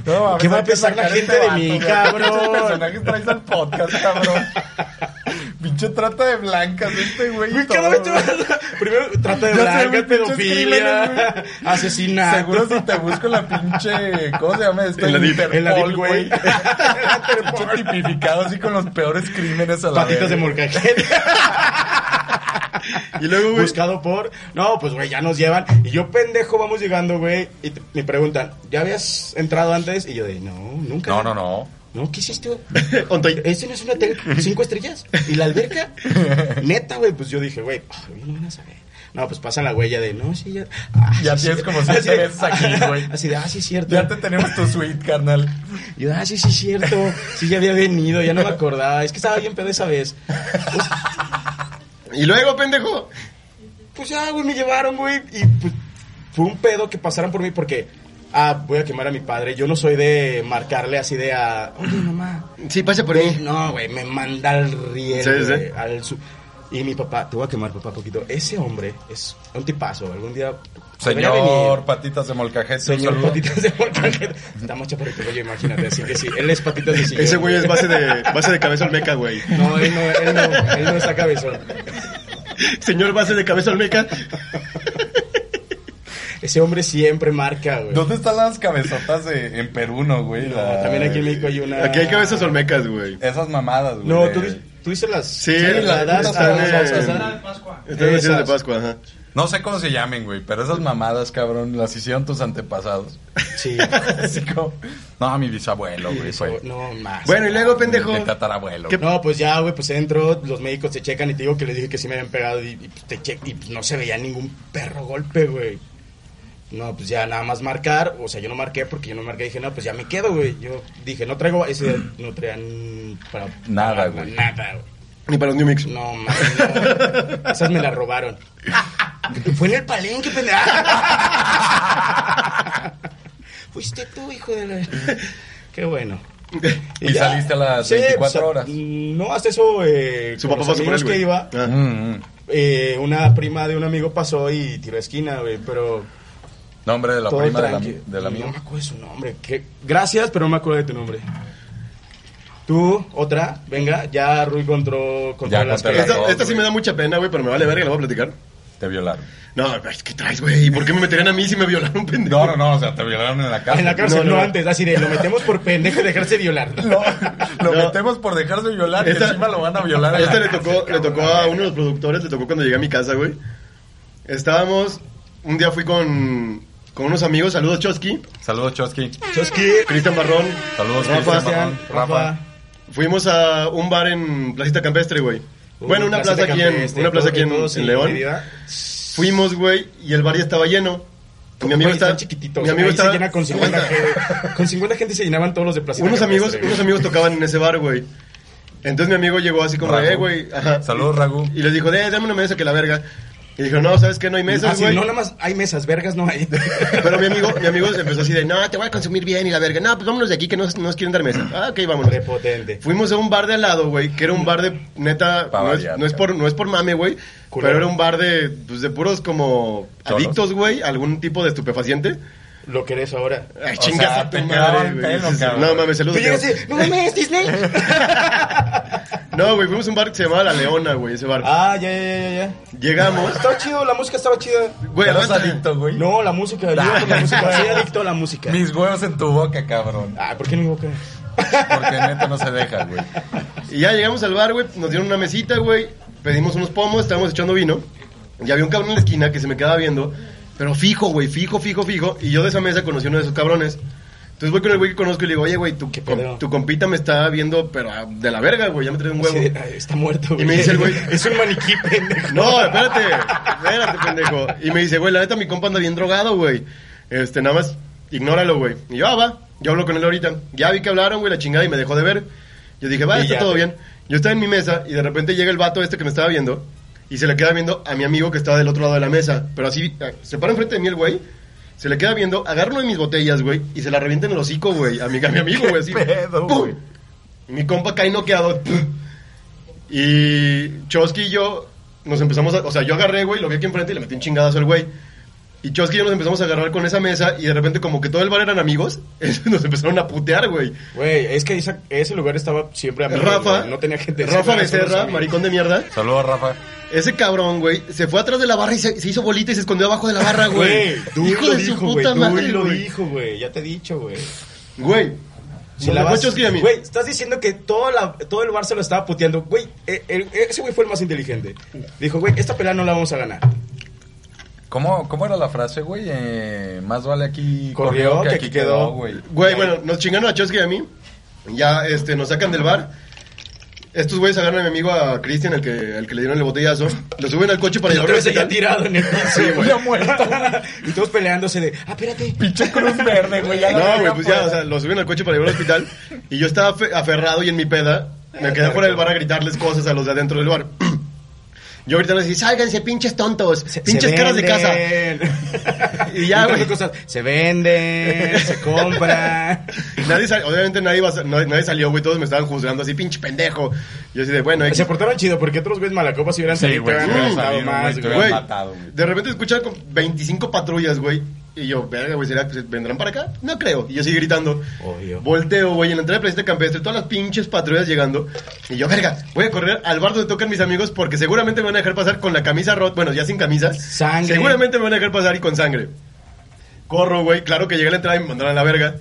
No, mames, ¿Qué va a hay que pensar la sacar este gente de mí, güey? ¿Qué cabrón? pinches personajes traes al podcast, cabrón? Pinche trata de blancas este güey. y Güey, todo, cada vez te güey. vas a- Primero trata de Ya sé, blanca, güey, pinches crímenes, pedofilia, güey. asesinato. Seguro si te busco la pinche. ¿Cómo se llama esto? En la deep- en la deep, güey. Pinche tipificado así con los peores crímenes a la Patitas de verga. morcajete. Y luego, güey. buscado por. No, pues güey, ya nos llevan. Y yo, pendejo, vamos llegando, güey. Y te- me preguntan, ¿ya habías entrado antes? Y yo de, no, nunca. No, no, no. No, ¿qué hiciste? Ontoy. Este no es un hotel, cinco estrellas. ¿Y la alberca? Neta, güey. Pues yo dije, güey, ah, güey, no van a saber. No, pues pasa la huella de, no, sí, ya. ah, Ya sí, tienes sí. como Así siete de- veces aquí, güey. Así de, ah, sí, es cierto. Ya te tenemos tu suite, carnal. Y yo, ah, sí, sí, es cierto. Sí, ya había venido, ya no me acordaba. Es que estaba bien pedo esa vez. Y luego, pendejo. Pues ya, güey, me llevaron, güey. Y pues fue un pedo que pasaron por mí porque, ah, voy a quemar a mi padre. Yo no soy de marcarle así de a, oye, mamá. Sí, pasa por Güey, mí. No, güey, me manda al riel, Sí, sí. güey, al su- Y mi papá, te voy a quemar, papá, poquito. Ese hombre es un tipazo. Algún día. debería Señor, venir. patitas de molcajete. un Señor saludo. Patitas de Molcajete. Está más chaparrito que yo, imagínate. Así que sí, él es Patitas de sillón, Ese güey es base de, base de cabeza olmeca, güey. No, él no, él no, él no está cabezón. Señor base de cabeza olmeca. Ese hombre siempre marca, güey. ¿Dónde están las cabezotas de, en Perú, no, güey? No, La- también aquí en México hay una. Aquí hay cabezas olmecas, güey. Esas mamadas, güey. No, de- tú, di- tú dices las. Sí, las das, las- las- están las- en- las- Están en Esas. de Pascua, ajá. No sé cómo se llamen, güey, pero esas mamadas, cabrón, las hicieron tus antepasados. Sí. Así como... No, mi bisabuelo, güey, fue. No más. Bueno, y luego, pendejo. Mi tatarabuelo. ¿Qué- güey. No, pues ya, güey, pues entro, los médicos te checan y te digo que les dije que sí me habían pegado y, y, pues, te che- y pues, no se veía ningún perro golpe, güey. No, pues ya nada más marcar, o sea, yo no marqué porque yo no marqué, dije, no, pues ya me quedo, güey. Yo dije, no traigo, ese día no traían para Nada, para- güey. Nada, güey. Ni para un New Mix. No, man, no. Esas me las robaron. Fue en el palenque, pendejo. Fuiste tú, hijo de la... Qué bueno. Y ya. saliste a las Sí, 24 pues, horas. No, hasta eso... Eh, Su con papá los pasó por amigos él, que güey. iba, Ah. Mm, mm. eh, una prima de un amigo pasó y tiró esquina, güey, pero... Nombre de la todo prima de la, tranqui. de la No mía. me acuerdo de su nombre. que- Gracias, pero no me acuerdo de tu nombre. ¿Tú Tú, otra, venga, ya Rui contró, contra Ya las contra que- las Esta, dos. esta sí me da mucha pena, güey, pero me vale verga, la voy a platicar. Te violaron. No, ay, ¿qué traes, güey? ¿Por qué me meterían a mí si me violaron, pendejo? No, no, no, o sea, te violaron en la casa. En la cárcel, No, no, no, no. antes, así de lo metemos por pendejo y dejarse violar. Lo, lo No. metemos por dejarse violar y Esta- encima lo van a violar. A en Esta la le tocó, le tocó a uno de los productores, le tocó cuando llegué a mi casa, güey. Estábamos, un día fui con, con unos amigos, saludos Chosky, Saludos, Chosky. Chosky, Cristian Barrón, Saludos, Rafa. Cristian Cristian, Rafa. Rafa. Fuimos a un bar en Placita Campestre, güey. Uh, Bueno, una plaza, aquí en, este, una plaza aquí en, en León. Fuimos, güey, y el bar ya estaba lleno. Mi amigo estaba chiquitito. Mi amigo estaba se llena con 50 gente. Con 50 gente se llenaban todos los de Placita. unos amigos, Campestre, güey. unos amigos tocaban en ese bar, güey. Entonces mi amigo llegó así como, Ragú. eh, güey. ajá. Saludos, Ragú. Y les dijo, eh, dame una mesa que la verga. Y dijeron, no, ¿sabes qué? No hay mesas, Así, güey. Ah, no, nada más hay mesas, vergas no hay. Pero mi amigo, mi amigo se empezó así de, no, te voy a consumir bien y la verga. No, pues vámonos de aquí que no no nos quieren dar mesa. Ah, ok, vámonos. Prepotente. Fuimos a un bar de al lado, güey, que era un bar de neta, Pa' no es, variar, no es por no es por mame, güey, Culero. pero era un bar de pues de puros como Cholos. adictos, güey, a algún tipo de estupefaciente. Lo que eres ahora. Ay, Eh, O chingas sea, a tu te madre, quedaban güey. pelo, Sí, sí, cabrón. No mames, saludos. Tú llegas Leo. y, no mames, Disney. No, güey, fuimos a un bar que se llamaba La Leona, güey, ese bar. ah, ya, ya, ya, ya. Llegamos. Estaba chido, la música estaba chida. Güey, Ya eras aguanta. adicto, güey. No, la música, yo con la música, soy adicto a la música. Mis huevos en tu boca, cabrón. Ah, ¿por qué no me boca? Porque neta no se deja, güey. Y ya llegamos al bar, güey, nos dieron una mesita, güey, pedimos unos pomos, estábamos echando vino. Y había un cabrón en la esquina que se me quedaba viendo, pero fijo, güey, fijo, fijo, fijo. Y yo de esa mesa conocí a uno de esos cabrones. Entonces voy con el güey que conozco y le digo, oye, güey, tu, ¿Qué com- pedo? tu compita me está viendo, pero ah, de la verga, güey, ya me traes un huevo. Así de, "Ay, está muerto, Y me dice el güey- Es un maniquí, pendejo. No, espérate, espérate, pendejo. Y me dice, güey, la neta, mi compa anda bien drogado, güey. Este, nada más, ignóralo, güey. Y yo, ah, va, yo hablo con él ahorita. Ya vi que hablaron, güey, la chingada, y me dejó de ver. Yo dije, va, Y está ya. todo bien. Yo estaba en mi mesa, y de repente llega el vato este que me estaba viendo, y se le queda viendo a mi amigo que estaba del otro lado de la mesa. Pero así, ah, se para enfrente de mí el güey. Se le queda viendo, agarra una de mis botellas, güey, y se la revienta en el hocico, güey, a mi, a mi amigo, güey, así. ¿Qué pedo, ¡pum! güey? Mi compa cae noqueado. ¡pum! Y Chosky y yo nos empezamos a. O sea, yo agarré, güey, lo vi aquí enfrente y le metí un chingadazo al güey. Y Chosky y yo nos empezamos a agarrar con esa mesa y de repente, como que todo el bar eran amigos, nos empezaron a putear, güey. Güey, es que esa- ese lugar estaba siempre a mí. Rafa, Ah, no tenía gente. Rafa Eran solo Becerra, amigos. maricón de mierda. Saludos, Rafa. Ese cabrón, güey, se fue atrás de la barra y se, se hizo bolita y se escondió abajo de la barra, güey. Güey, Dui Hijo lo de su dijo, güey. puta Dui madre, lo güey. dijo, güey. Ya te he dicho, güey. Güey, Si nos la dejó vas- Chosky y a mí. Güey, estás diciendo que todo, la, todo el bar se lo estaba puteando. Güey, eh, el- ese güey fue el más inteligente. Dijo, güey, esta pelea no la vamos a ganar. ¿Cómo, cómo era la frase, güey? Eh, más vale aquí Corrió que aquí quedó. güey. Güey, bueno, nos chingaron a Chosky y a mí. Ya, este, nos sacan del bar. Estos güeyes agarran a mi amigo a Cristian, el que, el que le dieron el botellazo. Lo suben al coche para Y llevarlo otro se al ya hospital. tirado en el piso. güey. Ya muerto. y todos peleándose de, ah, espérate. Pinche cruz verde, güey. ya la No, güey, verga, pues ya, pues. o sea, lo suben al coche para llevarlo al hospital. Y yo estaba afe- aferrado y en mi peda. Me quedé fuera del bar a gritarles cosas a los de adentro del bar. Yo gritarles así, sálganse, pinches tontos, pinches caras de casa. casa. Y ya, güey. Se venden, se compran. Nadie sal- obviamente nadie, iba a sa- nadie- nadie salió, güey, todos me estaban juzgando así, pinche pendejo. Yo así de, bueno, X. se portaron chido porque otros güeyes malacopas se hubieran Sí, salido y güey, te se hubieran hubieran salido, regresado más, güey, te güey. Güey, matado, güey. de repente escuchan con 25 patrullas, güey. Y yo, verga, güey, ¿será que se- vendrán para acá? No creo. Y yo sigo gritando. Obvio. Volteo, güey, en la entrada de Presidente Campestre, todas las pinches patrullas llegando. Y yo, verga, voy a correr al bar donde tocan mis amigos porque seguramente me van a dejar pasar con la camisa rota. Bueno, ya sin camisa. Sangre. Seguramente me van a dejar pasar y con sangre. Corro, güey, claro que llegué a la entrada y me mandaron a la verga.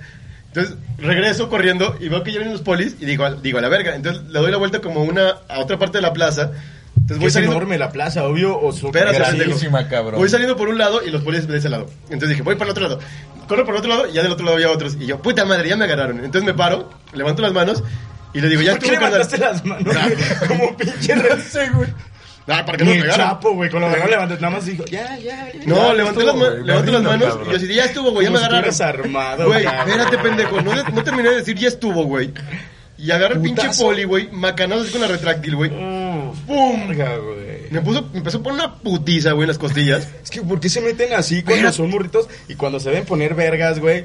Entonces regreso corriendo y veo que ya vienen los polis y digo, digo a la verga. Entonces le doy la vuelta como una a otra parte de la plaza. Entonces voy Es saliendo, enorme la plaza, obvio. O súper Espérate, grande. Grandísima, pendejo. cabrón. Voy saliendo por un lado y los policías de ese lado. Entonces dije, voy para el otro lado. Corro por el otro lado y ya del otro lado había otros. Y yo, puta madre, ya me agarraron. Entonces me paro, levanto las manos y le digo, ya ¿Por qué estuvo levantaste las manos? Como pinche re- Ah, para que no Ni me el pegaran. Chapo, güey, con la mano levanté, nada más dijo, ya, ya, ya. No, Ya, levanté estuvo, las, ma- güey, levanto las perdido, manos cabrón. y yo así, ya estuvo, güey, ya me Como si agarraron. estuvieras armado, Güey, cabrón. espérate, pendejo. No, de- no terminé de decir, ya estuvo, güey. Y agarra el pinche Putazo. poli, güey, macanazos así con la retráctil, güey. ¡Pum! güey. Me, puso, me empezó a poner una putiza, güey, en las costillas. Es que, ¿por qué se meten así cuando son morritos y cuando se ven poner vergas, güey?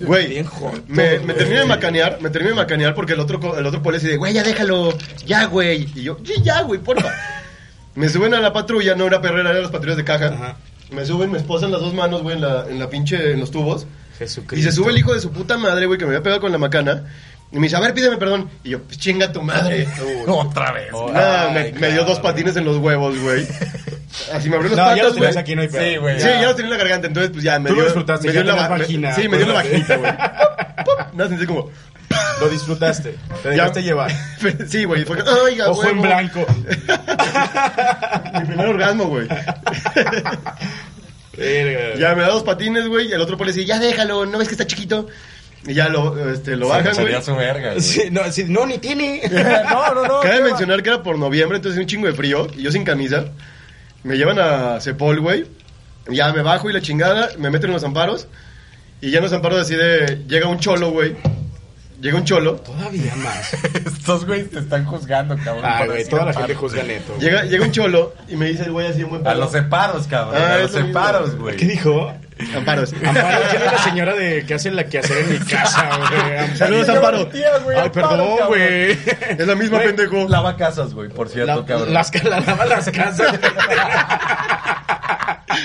Güey, Bien joto, me, me güey. terminé de macanear, me terminé de macanear porque el otro, co- el otro policía dice, güey, ya déjalo, ya, güey. Y yo, "Sí, ya, güey, porfa. me suben a la patrulla, no era perrera, eran las patrullas de caja. Ajá. Me suben, me esposan las dos manos, güey, en la, en la pinche, en los tubos. Jesucristo. Y se sube el hijo de su puta madre, güey, que me había pegado con la macana. Y me dice, a ver, pídeme perdón. Y yo, pues chinga tu madre. Otra vez. Oh, Nada, me, ay, me dio dos cabrón. patines en los huevos, güey. Así me abrió las No, ya lo patas, tenías güey. aquí, no hay pedo. Sí, güey. Sí, ya lo tenía en la garganta, entonces pues ya me Tú lo dio. disfrutaste, me ya dio la tenías va- vagina, Sí, me dio la acuérdate. vaginita, güey. Pop, pop. Nada, sentí como. Lo disfrutaste. Te dejaste llevar. Sí, güey. Fue, Oiga, Ojo en blanco. Mi primer orgasmo, güey. Verga. Ya me da dos patines, güey. Y el otro policía, ya déjalo, ¿no ves que está chiquito? Y ya lo, este, lo bajan, güey. Sería su verga. güey. Sí, no, sí, no, ni tiene. no, no, no. Cabe lleva- mencionar que era por noviembre, entonces un chingo de frío. Y yo sin camisa. Me llevan a Cepol, güey. y Ya me bajo y la chingada. Me meten en los amparos. Y ya en los amparos así de... Llega un cholo, güey. Llega un cholo. Todavía más. Estos güeyes te están juzgando, cabrón. Ay, por güey, decir toda la aparte. gente juzga neto. Llega, llega un cholo y me dice el güey así muy A los em- separos, cabrón. Ah, a es los lo mismo, separos, güey. güey. ¿Qué dijo? Amparos. Amparo, ¿quién es la señora de que hace la que hacer en mi casa, güey? Amparo. Saludos, Amparo. Tía, güey, Ay, Amparo, perdón, cabrón. güey. Es la misma, pendejo. Lava casas, güey, por cierto, La- cabrón. las que la lava las casas.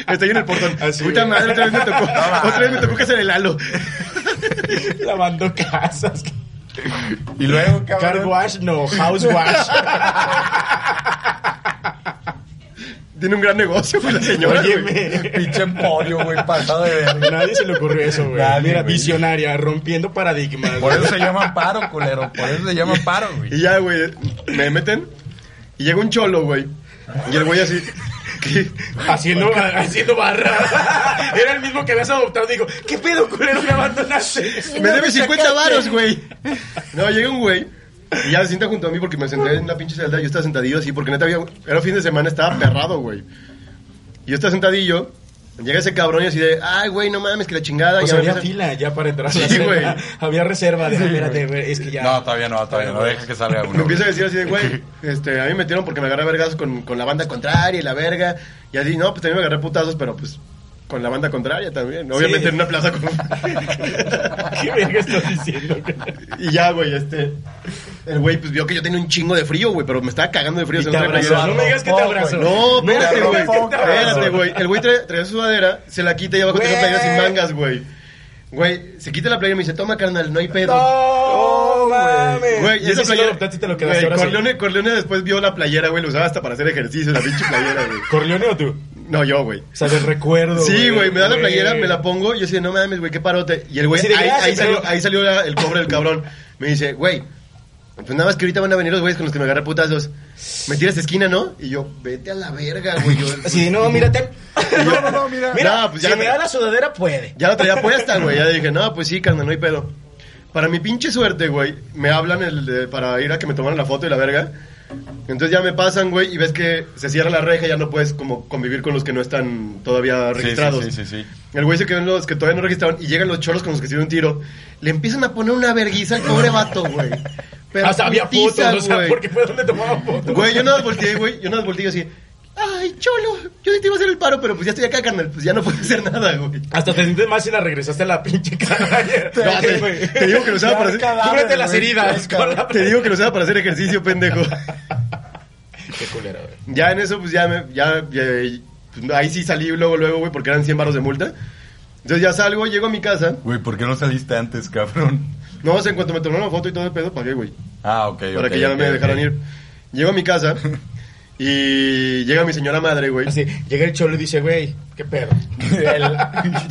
Está ahí en el portón. Así, Puta güey. madre, otra vez me tocó. otra vez me tocó que hacer el halo. Lavando casas. Y luego, Car cabrón. wash, no. House wash. Tiene un gran negocio, güey, la señora. güey. Óyeme. Pinche emporio, güey, pasado de verga. Nadie se le ocurrió eso, güey. Nadie, Mira, güey. visionaria, rompiendo paradigmas. Por eso se llama paro, culero. Por eso se llama paro, güey. Y ya, güey, me meten. Y llega un cholo, güey. Y el güey así. ¿qué? Haciendo, haciendo barra. Era el mismo que habías adoptado. Digo, ¿qué pedo, culero, me abandonaste? Me debe 50 varos, güey. No, llega un güey. Y ya se sienta junto a mí porque me senté en una pinche celda. Yo estaba sentadillo así porque neta había. Era fin de semana, estaba perrado, güey. Y yo estaba sentadillo. Llega ese cabrón y así de. Ay, güey, no mames, que la chingada. Pues ya me había empieza- fila ya para entrar a la Sí, cena. güey. Había reserva. De, espérate, güey, es que ya. No, todavía no, todavía no. Deja que salga Me uno. empieza a decir así de, güey, este, a mí me metieron porque me agarré a vergas con, con la banda contraria y la verga. Y así, no, pues también me agarré putazos, pero pues con la banda contraria también. Obviamente Sí. en una plaza con... ¿Qué verga estás diciendo? y ya, güey, este... El güey, pues vio que yo tenía un chingo de frío, güey, pero me estaba cagando de frío. Y se te me traía abrazó. playera. No me digas que te abrazó. No, espérate, No me güey. digas que te abrazó. Espérate, güey. El güey trae, trae su sudadera, se la quita y abajo tiene una playera sin Güey. mangas, güey. Güey, se quita la playera y me dice, toma, carnal, no hay pedo. No, mames. Güey, y ese esa sí lo playera. adoptaste y te lo quedaste. Güey, ahora sí. Corleone, Corleone después vio la playera, güey, lo usaba hasta para hacer ejercicio, la pinche playera, güey. ¿Corleone o tú? No, yo, güey. O sea, del recuerdo. Sí, güey, me da la playera, me la pongo, yo decía, no mames, güey, qué parote. Y el güey, Así de, ahí, gracias, ahí salió, pero- ahí salió la- el cobre del cabrón. Me dice, güey, pues nada más que ahorita van a venir los güeyes con los que me agarré putazos. Me tiras de esquina, ¿no? Y yo, vete a la verga, güey. Yo, Así de, no, mírate. No, no, no, mira. Mira, No, pues ya si me- me da la sudadera, puede. Ya la traía puesta, güey. Ya dije, no, pues sí, carnal, no hay pedo. Para mi pinche suerte, güey, me hablan el de- para ir a que me tomaran la foto y la verga. Entonces ya me pasan, güey, y ves que se cierra la reja y ya no puedes como convivir con los que no están Sí, todavía sí, registrados. sí, sí, sí. El güey se quedó en los que todavía no registraron y llegan los cholos con los que se dio un tiro. Le empiezan a poner una verguiza al pobre vato, güey. Pero Hasta había putiza, fotos, o sea, güey. porque fue donde tomaban fotos. Güey, yo nada más volteé, güey. Yo nada más volteé así. Ay, cholo, yo sí te iba a hacer el paro, pero pues ya estoy acá, carnal. Pues ya no puedo hacer nada, güey. Hasta te sientes mal si la regresaste a la pinche cara. No, te, te digo que lo usaba para hacer. Cada- Cúbrete las güey, heridas. cabrón. Con la... Te digo que lo usaba para hacer ejercicio, pendejo. Qué culera, güey. Ya en eso, pues ya me. Ya, ya- pues, ahí sí salí luego, luego, güey, porque eran 100 baros de multa. Entonces ya salgo, llego a mi casa. Güey, ¿por qué no saliste antes, cabrón? No, o sea, en cuanto me tomaron la foto y todo el pedo, pagué, güey. Ah, ok, para ok, que ya ok, me ok. dejaran ir. Llego a mi casa y llega mi señora madre, güey. Así, llega el cholo y dice, güey, qué pedo. El-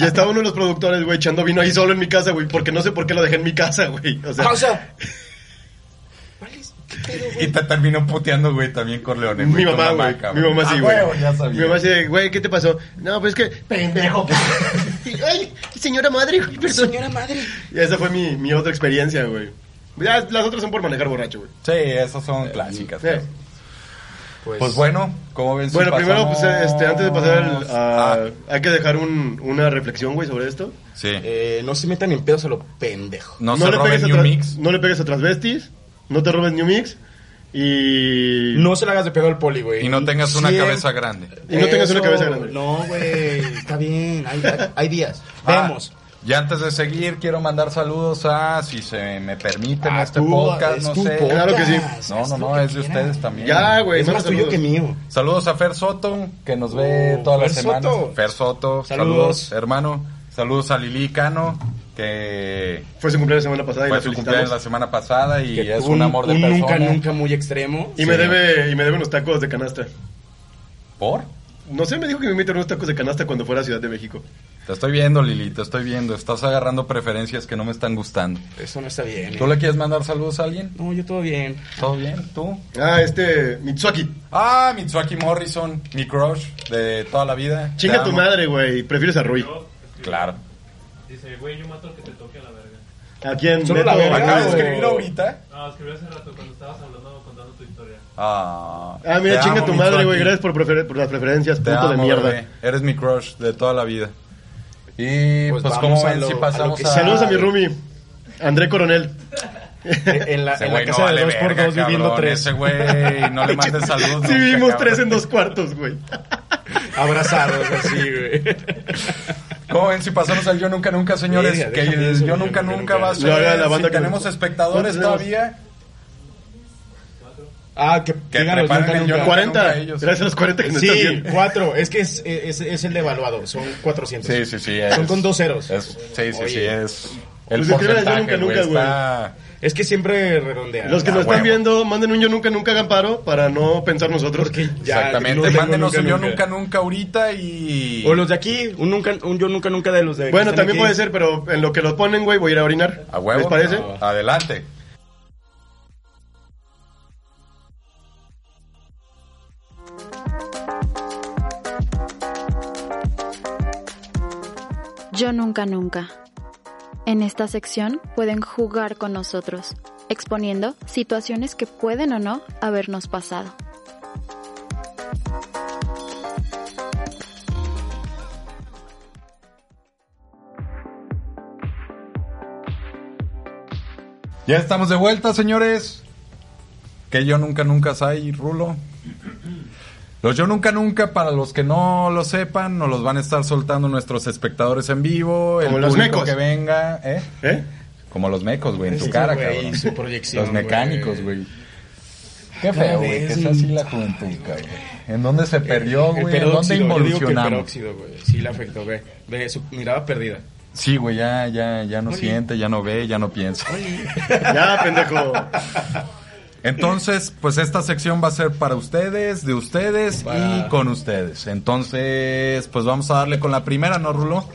Y estaba uno de los productores, güey, echando vino ahí solo en mi casa, güey, porque no sé por qué lo dejé en mi casa, güey. O sea, Pausa. ¿Cuál es? ¿Qué pedo, Y güey? te terminó puteando, güey, también Corleone. güey, mi con mamá, la güey. maca, Mi mamá sí, Ah, güey. huevo, ya sabía. Mi mamá sí, de, güey, ¿qué te pasó? No, pues es que, pendejo. Ay, señora madre, güey, perdón. Señora madre. Y esa fue mi, mi otra experiencia, güey. Ya, las otras son por manejar borracho, güey. Sí, esas son clásicas. Sí. Pues, Pues bueno, ¿cómo ven? si Bueno, primero, pasamos- pues, este, antes de pasar al- a- Ah, hay que dejar un- una reflexión, güey, sobre esto. sí. Eh, no se metan en pedos a lo pendejo. No, se roben a New tra- Mix. no le pegues a transvestis, no te robes New Mix y... No se le hagas de pedo al poli, güey. Y no tengas una Siempre- cabeza grande. Y no tengas una cabeza grande. No, güey. Está bien. Hay, hay- hay días. Ah, Vemos. y antes de seguir, quiero mandar saludos a, si se me permiten, Ah, este tú, podcast, es no tu sé. podcast. Claro que sí. No, Haz no, lo no, que es de quieras. ustedes también. Ya, güey. es manda más tuyo saludos. que mío. Saludos a Fer Soto, que nos ve Oh, todas las Fer semanas. Soto. Fer Soto, Saludos. saludos, hermano. Saludos a Lili Cano. que Fue su cumpleaños la semana pasada y fue la su cumpleaños felicitamos. la semana pasada y que es tuvo un amor de un persona. nunca, nunca muy extremo. Y, me Sí. debe, y me debe unos tacos de canasta. ¿Por? No sé, me dijo que me invitaron unos tacos de canasta cuando fuera a Ciudad de México. Te estoy viendo, Lili, te estoy viendo. Estás agarrando preferencias que no me están gustando. Eso no está bien. eh. ¿Tú le quieres mandar saludos a alguien? No, yo todo bien. ¿Todo bien? ¿Tú? Ah, este, Mitsuaki. Ah, Mitsuaki Morrison, mi crush de toda la vida. Te Chinga tu amo. madre, güey. Prefieres a Rui. Claro. Dice, güey, yo mato al que te toque a la verga. ¿A quién? Solo Neto, la verga, Acabas Acá, de güey. güey. escribir ahorita. No, escribí hace rato cuando estabas hablando, contando tu historia. Ah, Ah, mira, te chinga amo, tu madre, güey. Mitsuaki. Gracias por, prefer- por las preferencias, Te puto de amo, mierda. bebé. Eres mi crush de toda la vida. Y pues, Pues vamos como a ven, lo- si a lo pasamos que- a... Saludos a mi roomie, André Coronel. En en la, Ese en la güey no casa vale de 2x2 verga, viviendo cabrón. tres. Ese güey, no le mandes saludos. Sí, nunca, vivimos tres cabrón. en dos cuartos, güey. Abrazados así, güey. ¿Cómo ven si pasamos al Yo Nunca Nunca, señores? Verga, que déjame el eso, Yo yo Nunca nunca, Nunca va a nunca. Lo haga ser... la banda si que- tenemos espectadores ¿Cuántos tenemos? todavía, Ah, que, Que digan los preparen nunca, el yo nunca. nunca. 40. ellos. Gracias a los 40 que nos están Sí, viendo. cuatro. Es que es, es, es el devaluado. Son 400. Sí, sí, sí. Son es- con dos ceros. es- sí, sí, sí, Oye. es. El Pues si tuvieras porcentaje, yo güey, nunca, nunca, güey. está- Es que siempre redondean. Los que Ah, nos están huevo. viendo, manden un yo nunca, nunca hagan paro para no pensar nosotros. porque ya no Exactamente. tengo Mándenos nunca, un Yo Nunca nunca. Nunca ahorita y... O los de aquí, un, nunca, un yo nunca nunca de los de. Bueno, que están también aquí. puede ser, pero en lo que los ponen, güey, voy a ir a orinar. A huevo. ¿Les parece? Adelante. Yo nunca nunca. En esta sección pueden jugar con nosotros, exponiendo situaciones que pueden o no habernos pasado. Ya estamos de vuelta, señores. Que yo nunca nunca hay, Rulo. Los yo nunca nunca, para los que no lo sepan, nos los van a estar soltando nuestros espectadores en vivo, Como el los público mecos. que venga, ¿eh? ¿Eh? Como los mecos, güey, en tu Este, cara, güey, cabrón. su proyección, los mecánicos, güey. güey. Qué feo, güey, ves, que es así la juventud, cabrón. ¿En dónde se perdió, El güey? ¿En dónde peróxido, yo digo que el involucionamos? peróxido, güey. Sí, le afectó, güey. Ve su mirada perdida. Sí, güey, ya, ya, ya no siente, ya no ve, ya no piensa. Ya, pendejo. Entonces, pues esta sección va a ser para ustedes, de ustedes y con ustedes. Entonces, pues vamos a darle con la primera, ¿no, Rulo?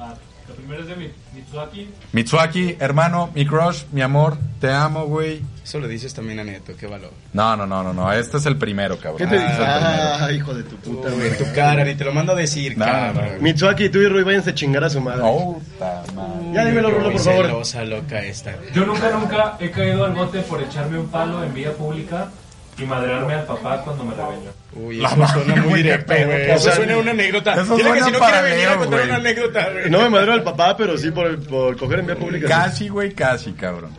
Ah, la primera es de mi- Mitsuaki. Mitsuaki, hermano, mi crush, mi amor, te amo, güey. Eso le dices también a Neto, qué valor. No, no, no, no, no, este es el primero, cabrón. ¿Qué te Este dice? es el primero. Ah, hijo de tu puta, güey. En tu cara, ni te lo mando a decir, No, no, cabrón. no. Mitsuaki, tú y Rui váyanse a chingar a su madre. Oh, ta madre. Ya dímelo, Rulo, Muy por favor. celosa, loca esta. Yo nunca, nunca he caído al bote por echarme un palo en vía pública y madrearme al papá cuando me regañó. Uy, La eso madre, suena muy güey, qué directo, pedo, güey. cabrón. Eso suena a una anécdota. Eso Dile que suena si no quiere paralelo, venir a contar güey. una anécdota, güey. No me madró al papá, pero sí por, por coger en vía pública. Casi, güey, casi, cabrón.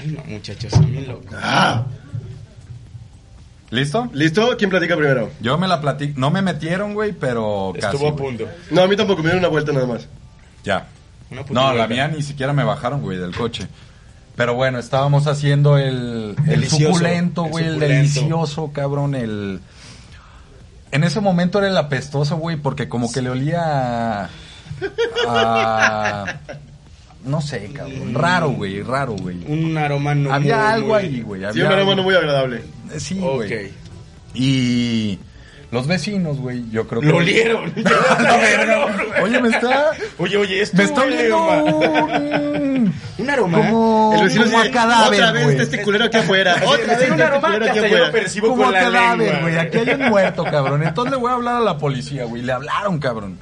Ay, no, muchachos, son bien locos. Ah, ¿Listo? ¿Listo? ¿Quién platica primero? Yo me la platico. No me metieron, güey, pero casi. Estuvo a güey. punto. No, a mí tampoco me dieron una vuelta nada más. Ya. Una puta No, la vuelta. mía ni siquiera me bajaron, güey, del coche. Pero bueno, estábamos haciendo el, el Delicioso, suculento, el güey, el, suculento. delicioso, cabrón, el... En ese momento era el apestoso, güey, porque como que le olía a... a- No sé, cabrón. Raro, güey, raro, güey. Un aroma no Había muy- algo muy- ahí, güey. Sí, Había una algo. mano muy agradable. Sí, güey. Ok. Y los vecinos, güey, yo creo que... Lo olieron. La verga. Oye, me está... Oye, oye, esto Me está huele, oliendo ma. un... un aroma. ¿eh? Como, El vecino como dice, a cadáver, otra vez güey. está este culero aquí afuera. Oye, Otra vez tiene un está este aroma culero que aquí hasta yo lo afuera. percibo Como con a la cadáver, lengua. güey. Aquí hay un muerto, cabrón. Entonces le voy a hablar a la policía, güey. Le hablaron, cabrón.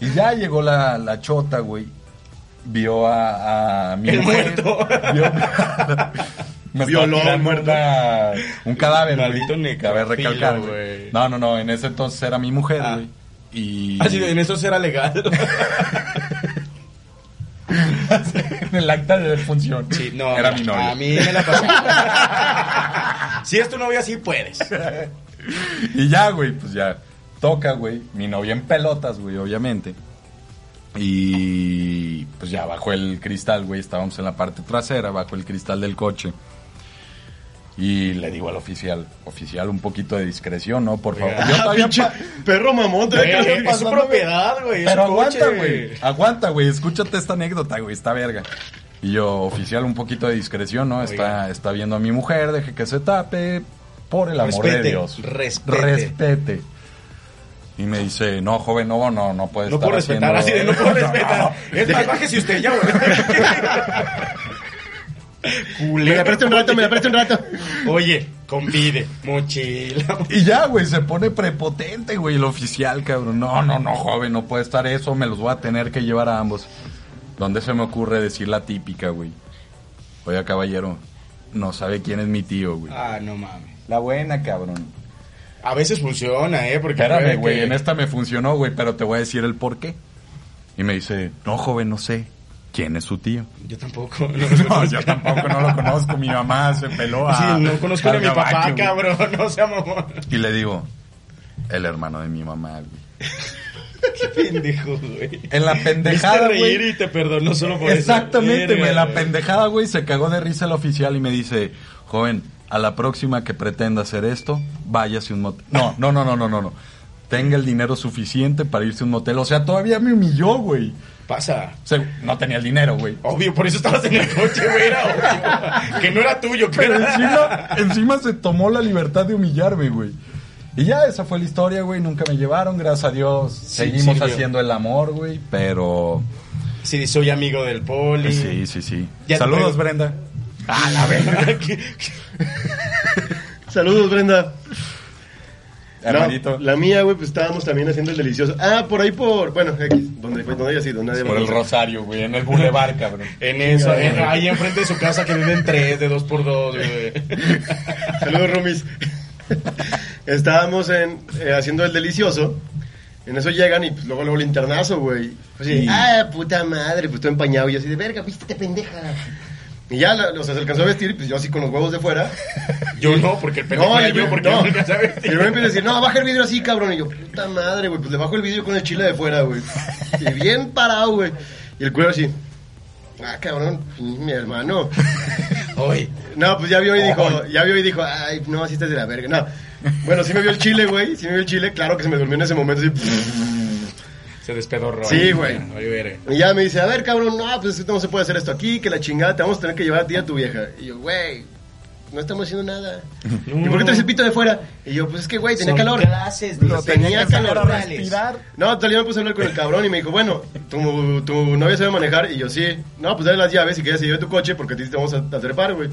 Y ya llegó la, la chota, güey. Vio a, a mi El mujer. muerto. Vio, me Violó estaba tirando al muerto. una- un cadáver, güey. Maldito Cabe recalcar, necrófilo, güey. güey. No, no, no. En ese entonces era mi mujer, Ah. güey. Y... Así de, en eso será legal. en el acta de defunción. Sí, no. Era mi novia. A mí me la pasé. si es tu novia, sí puedes. Y ya, güey, pues ya. Toca, güey. Mi novia en pelotas, güey, obviamente. Y pues ya bajó el cristal, güey. Estábamos en la parte trasera, bajo el cristal del coche. Y le digo al oficial, oficial, un poquito de discreción, ¿no? Por favor. Oiga. Yo Ah, todavía pinche pa- perro mamón, Güey, trae que es su propiedad, güey. es Pero su coche, aguanta, güey. Aguanta, güey. Escúchate esta anécdota, güey. Está verga. Y yo, oficial, un poquito de discreción, ¿no? Está, Oiga. está viendo a mi mujer, deje que se tape. Por el amor de Respete, Dios. respete. Respete. Y me dice, no, joven, no, no, no puedes No puedo respetar, así de no puedo respetar. Es más, bájese usted ya, güey. Me la preste un rato, me la preste un rato. Oye, convide, mochila. Y ya, güey, se pone prepotente, güey, el oficial, cabrón. No, no, no, joven, no puede estar eso, me los voy a tener que llevar a ambos. Donde se me ocurre decir la típica, güey? Oiga, caballero, no sabe quién es mi tío, güey. Ah, no mames. La buena, cabrón. A veces funciona, ¿eh? Porque Espérame, puede güey, que- en esta me funcionó, güey, pero te voy a decir el por qué. Y me dice, no, joven, no sé. ¿Quién es su tío? Yo tampoco. No, yo tampoco no lo conozco. Mi mamá se peló a... Sí, no conozco ni a al mi papá, gabacho, güey. cabrón. No sea mamón. Y le digo, el hermano de mi mamá, güey. Qué pendejo, güey. En la pendejada, Viste reír güey. y te perdonó solo por eso. Exactamente, Verga, güey. La güey. pendejada, güey, se cagó de risa el oficial y me dice, joven, a la próxima que pretenda hacer esto, váyase a un motel. No, no, no, no, no, no, no. Tenga el dinero suficiente para irse a un motel. O sea, todavía me humilló, güey. Pasa. O sea, no tenía el dinero, güey. Obvio, por eso estabas en el coche, güey. Era obvio. Que no era tuyo, que Pero era... encima, encima se tomó la libertad de humillarme, güey. Y ya, esa fue la historia, güey. Nunca me llevaron, gracias a Dios. Seguimos sirvió. haciendo el amor, güey. Pero... pues, Sí, soy amigo del poli. Sí, sí, sí. Ya te Saludos, traigo- Brenda. A la verga. que- Saludos, Brenda. No, Hermanito. la mía, güey, pues estábamos también haciendo el delicioso. Ah, por ahí por. Bueno, X. Donde, pues, donde haya sido, donde haya Por el venido. Rosario, güey, en el Boulevard, cabrón. En eso, en- ahí enfrente de su casa que venden tres de dos por dos, güey. Saludos, Romis. Estábamos en, eh, haciendo el delicioso. En eso llegan y pues, luego, luego el internazo, güey. Pues, sí, Sí. Ah, puta madre, pues todo empañado. Y yo así de verga, vístete pendeja. Y ya la- los alcanzó a vestir, y pues yo así con los huevos de fuera. Yo no, porque el pendejo No, era y yo, yo, porque no. yo nunca sabes. Y luego empieza a decir, no, baja el vidrio así, cabrón. Y yo, puta madre, güey, pues le bajo el vidrio con el chile de fuera, güey. Y bien parado, güey. Y el cuero así, ah, cabrón, mi hermano. Hoy. No, pues ya vio y dijo, ya vio y dijo, ay, no, así estás de la verga. No. Bueno, sí me vio el chile, güey, sí me vio el chile, claro que se me durmió en ese momento. Así, Se despedorró. Sí, ahí, güey. Ahí, verga. y ya me dice, a ver, cabrón, no, pues no se puede hacer esto aquí, que la chingada, te vamos a tener que llevar a ti y a tu vieja. Y yo, güey, no estamos haciendo nada. ¿Y por qué traes el pito de fuera? Y yo, pues es que, güey, tenía Son calor. clases, Lo dice, tenía que sacar calor. a respirar. No, tal me puse a hablar con el cabrón y me dijo, bueno, tu, tu novia sabe manejar. Y yo, sí. No, pues dale las llaves y que ella se lleve tu coche porque a ti te vamos a, a trepar, güey.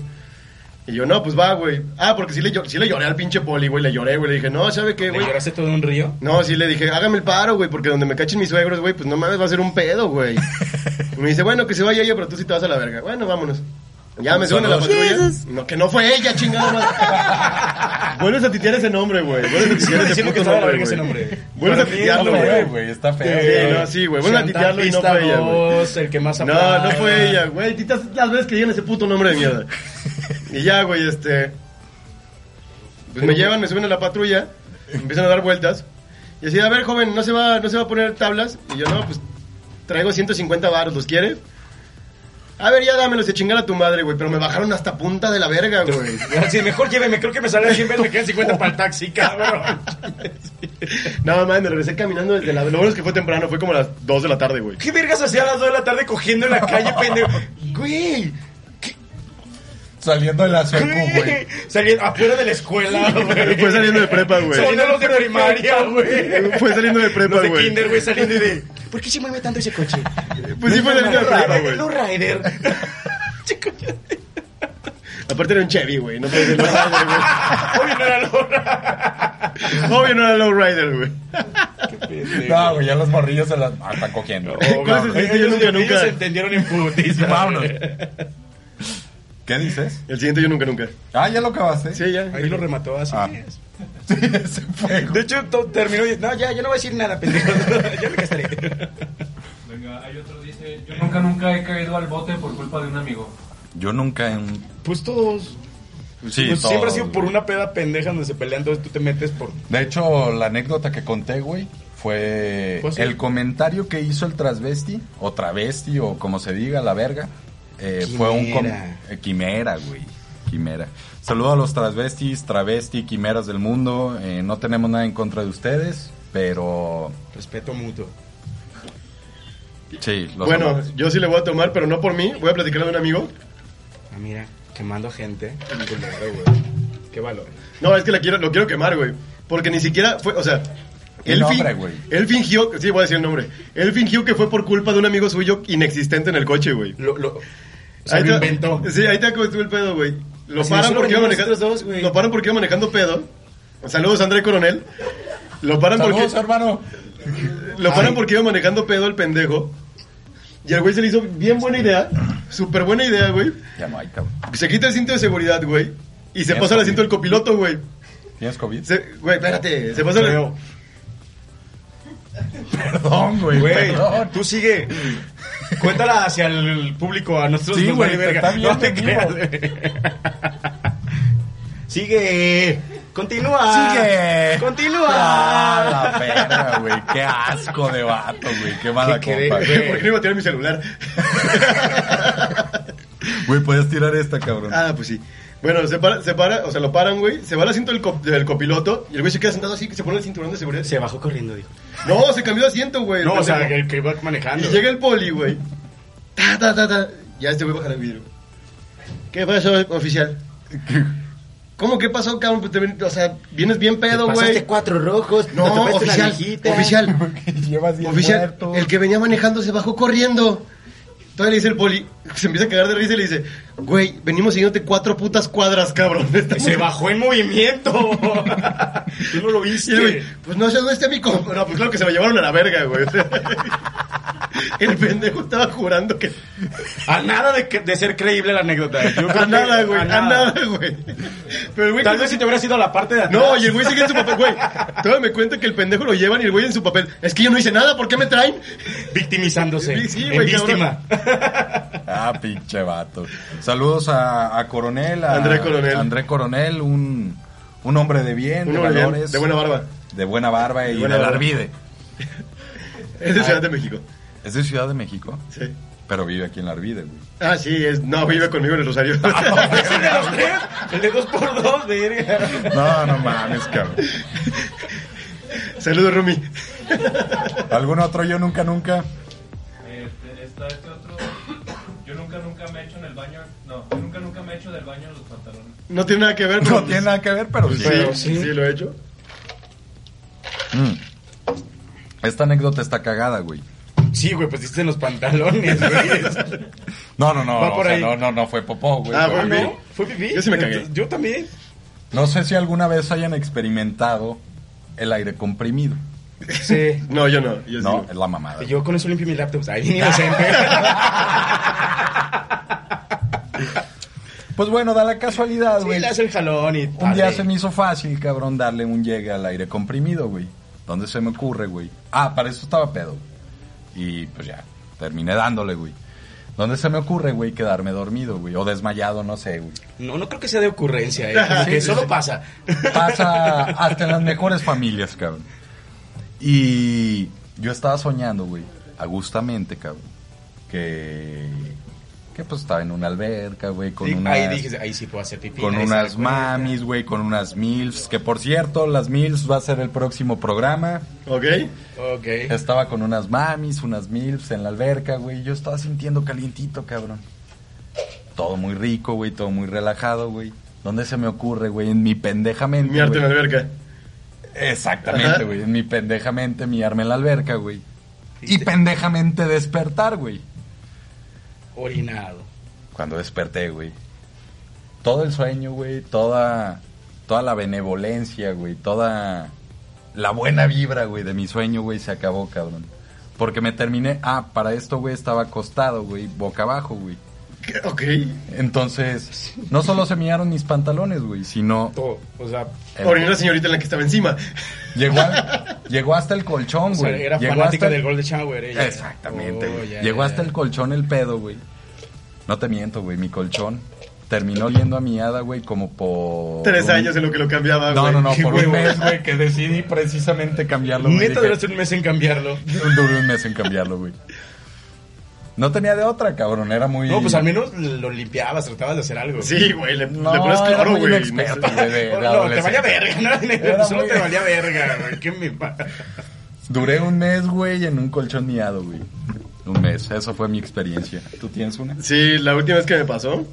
Y yo, no, pues va, güey. Ah, porque sí le, llo- sí le lloré al pinche poli, güey. Le lloré, güey. Le dije, no, ¿sabe qué, ¿Le güey? lloraste todo un río? No, sí le dije, hágame el paro, güey, porque donde me cachen mis suegros, güey, pues no mames, va a ser un pedo, güey. Y me dice, bueno, que se vaya ella, pero tú sí te vas a la verga. Bueno, vámonos. Ya me suben a la patrulla. Jesus. No, que no fue ella, chingada madre. Vuelves a titear ese nombre, güey. Vuelves a Sigo titear ese diciendo que puto estaba la nombre, verga ese güey. nombre. Vuelves a Para mí es titearlo, lo güey. peor. güey, está Sí, feo. no, sí, güey. Vuelves a titearlo y no Chantajista fue ella, güey. vos, El que más No, no fue ella, güey. Titas las veces que llegan ese puto nombre de mierda. Y ya, güey, este. Pues me llevan, me suben a la patrulla, me empiezan a dar vueltas. Y así, a ver, joven, ¿no se va, no se va a poner tablas? Y yo, no, pues traigo 150 baros, ¿los quieres? A ver, ya dámelos de chingar a tu madre, güey. Pero me bajaron hasta punta de la verga, güey. Sí, mejor lléveme, creo que me sale 100 veces, me quedan 50 para el taxi, cabrón. No, mames, me regresé caminando desde la. Lo bueno es que fue temprano, fue como a las 2 de la tarde, güey. ¿Qué vergas hacía a las 2 de la tarde cogiendo en la calle, pendejo? Güey, Saliendo de la secu, güey. güey. Saliendo afuera de la escuela, güey. Fue saliendo de prepa, güey. Son de los de primaria, güey. Fue saliendo de prepa, Los de güey. kinder, güey, saliendo y de... ¿Por qué se mueve tanto ese coche? Pues sí, fue saliendo de prepa, güey. Los Rider. Chico, yo- Aparte era un Chevy, güey. No puede ser Lowrider, Obvio no era Lora. güey. Obvio no era Lowrider, güey. No, güey, ya los morrillos se las ah, están cogiendo. Oh, ¿Cuál es el Vámonos. siguiente? Yo Ellos, nunca, nunca. ellos se entendieron en putiza. Vámonos. ¿Qué dices? El siguiente yo nunca, nunca. Ah, ya lo acabaste. Sí, ya. Ahí lo remató así. Ah. Sí, ese fue. güey. De hecho, to- terminó y... No, ya, yo no voy a decir nada, pendejo. Yo me castré. Venga, hay otro dice, yo nunca, nunca he caído al bote por culpa de un amigo. Yo nunca en. Pues todos... Sí, pues siempre ha todos, sido por güey. una peda pendeja donde se pelean, entonces tú te metes por... De hecho, la anécdota que conté, güey, fue Pues sí. el comentario que hizo el transvesti, o travesti, o como se diga, la verga. eh, fue un. com- Quimera. eh, Quimera, güey. Quimera. Saludo a los transvestis, travesti, quimeras del mundo. Eh, no tenemos nada en contra de ustedes, pero Respeto mutuo. sí, los Bueno, amamos. yo sí le voy a tomar, pero no por mí. Voy a platicarle a un amigo. Ah, mira, quemando gente. Culero, güey. Qué valor. No, es que la quiero, lo quiero quemar, güey. Porque ni siquiera fue, o sea, El él, nombre, güey. él fingió, sí, voy a decir el nombre. Él fingió que fue por culpa de un amigo suyo inexistente en el coche, güey. Lo, lo, se Ahí lo te- inventó. Sí, ahí te acostó el pedo, güey. Lo Así paran solo porque iba venimos manejando. nosotros dos, güey. lo paran porque iba manejando pedo. Saludos, André Coronel. Lo paran Saludos, porque hermano. lo paran porque iba manejando pedo el pendejo. Y el güey se le hizo bien buena idea, súper buena idea, güey. Ya no hay, cabrón. Se quita el cinto de seguridad, güey, y se Bien, pasa al güey. asiento del copiloto, güey. ¿Tienes COVID? Se- Güey, espérate, se pasa al Creo. Perdón, güey. Güey, perdón. tú sigue. Cuéntala hacia el público, a nosotros Sí, nos güey, vale te verga. está viendo No te en creas. sigue. Continúa. Sigue. Continúa. Ah, la verga, güey. Qué asco de vato, güey. Qué mala ¿Qué querés, compa. güey? ¿Por qué no iba a tirar mi celular? Güey, podías tirar esta, cabrón. Ah, pues sí. Bueno, se para, se para, o sea, lo paran, güey. Se va al asiento del, co- del copiloto y el güey se queda sentado así, se pone el cinturón de seguridad. Se bajó corriendo, dijo. No, se cambió de asiento, güey. No, o sea, Pendejo. el que iba manejando. Y llega el poli, güey. Ta, ta, ta, ta. Ya este güey baja el vidrio. ¿Qué pasó, oficial? ¿Cómo que pasó, cabrón? Pues te ven- o sea, vienes bien Te pedo, pasaste güey. cuatro rojos, No, te topaste una oficial, viejita. oficial, Llevas diez oficial. muertos. El que venía manejando se bajó corriendo. Todavía le dice el poli, se empieza a cagar de risa y le dice, güey, venimos siguiéndote cuatro putas cuadras, cabrón. Se bajó en movimiento. Tú no lo Y el güey, viste. pues no sé dónde está mi compa. No, pues claro que se lo llevaron a la verga, güey. El pendejo estaba jurando que. A nada de, que- de ser creíble la anécdota. Yo creo A que- nada, güey. A nada, güey. Pero el güey. Tal vez si te hubieras ido a la parte de atrás. No, y el güey sigue en su papel, güey. Todavía me cuenta que el pendejo lo llevan y el güey en su papel. Es que yo no hice nada, ¿por qué me traen? Victimizándose. Sí, Sí, güey, víctima. Ah, pinche vato. Saludos a, a Coronel. A, André Coronel. André Coronel, un, un hombre de bien, Un de hombre bien, valores. de buena barba. De buena barba y buena de barba. larvide. Es Ah. de Ciudad de México. Es de Ciudad de México, Sí. pero vive aquí en Larvide, güey. Ah, sí, es. No, vive conmigo en el Rosario. ¿Es el de los tres? El de dos por dos, verga. No, no mames, cabrón. Saludos, Rumi. ¿Algún otro yo nunca, nunca? Este, está este otro. Yo nunca, nunca me he hecho en el baño. No, yo nunca, nunca me he hecho del baño en los pantalones. No tiene nada que ver, pero- No tiene nada que ver, pero sí. Sí, sí, sí. lo he hecho. Mm. Esta anécdota está cagada, güey. Sí, güey, pues diste en los pantalones, güey. No, no, no. Va o por sea, ahí. no, no, no fue popó, güey. Ah, Fue- Ah, bueno. ¿no? ¿Fue pipí? Yo sí me cagué. Yo también. No sé si alguna vez hayan experimentado el aire comprimido. Sí. No, yo no. Yo sí. No, es la mamada. Y Yo con eso limpio mi laptop. Ay, bien inocente. Pues bueno, da la casualidad, Sí, güey. le hace el jalón y Un día dale. se me hizo fácil, cabrón, darle un llegue al aire comprimido, güey. ¿Dónde se me ocurre, güey? Ah, para eso estaba pedo. Y pues ya, terminé dándole, güey. ¿Dónde se me ocurre, güey, quedarme dormido, güey? O desmayado, no sé, güey. No, no creo que sea de ocurrencia, eh. Como Sí, que sí, solo sí. pasa. Pasa hasta en las mejores familias, cabrón. Y yo estaba soñando, güey, agustamente, cabrón, que, que pues estaba en una alberca, güey, con Sí, unas, Ahí dije, ahí sí puedo hacer pipí. con nadie se unas da cuenta. mamis, güey, con unas milfs, que por cierto, las milfs va a ser el próximo programa. ¿Ok? Ok. Estaba con unas mamis, unas milfs en la alberca, güey, y yo estaba sintiendo calientito, cabrón. Todo muy rico, güey, todo muy relajado, güey. ¿Dónde se me ocurre, güey? En mi pendeja mente, Mi arte güey. en la alberca. Ajá. Exactamente, güey. En mi pendejamente miarme en la alberca, güey. Y pendejamente despertar, güey. Orinado. Cuando desperté, güey. Todo el sueño, güey. Toda, toda la benevolencia, güey. Toda la buena vibra, güey, de mi sueño, güey, se acabó, cabrón. Porque me terminé... Ah, para esto, güey, estaba acostado, güey. Boca abajo, güey. ¿Qué? Ok. Entonces, no solo se miaron mis pantalones, güey, sino... Todo. O sea, el- Orinó la señorita en la que estaba encima. llegó, al- llegó hasta el colchón, o sea, güey. era Llegó fanática hasta- del Golden Shower. Ella. Exactamente. Oh, güey. ya, Llegó ya, hasta ya. el colchón el pedo, güey. No te miento, güey, mi colchón terminó oliendo a miada, güey, como por... Tres un- años en lo que lo cambiaba, No, güey. no, no, Qué por huevo. un mes, güey, que decidí precisamente cambiarlo, güey. Neta Dije, duraste un mes en cambiarlo. Duré un mes en cambiarlo, güey. No tenía de otra, cabrón. Era muy. No, pues al menos lo limpiabas, tratabas de hacer algo. Sí, güey, le, No, le pones era claro, muy güey. no sé. inexperto, güey, de- de No, no, te adolescente. valía verga, ¿no? Era Solo muy- te valía verga, güey. ¿Qué me pa- Duré un mes, güey, en un colchón miado, güey. Un mes. Esa fue mi experiencia. ¿Tú tienes una? Sí, la última vez que me pasó.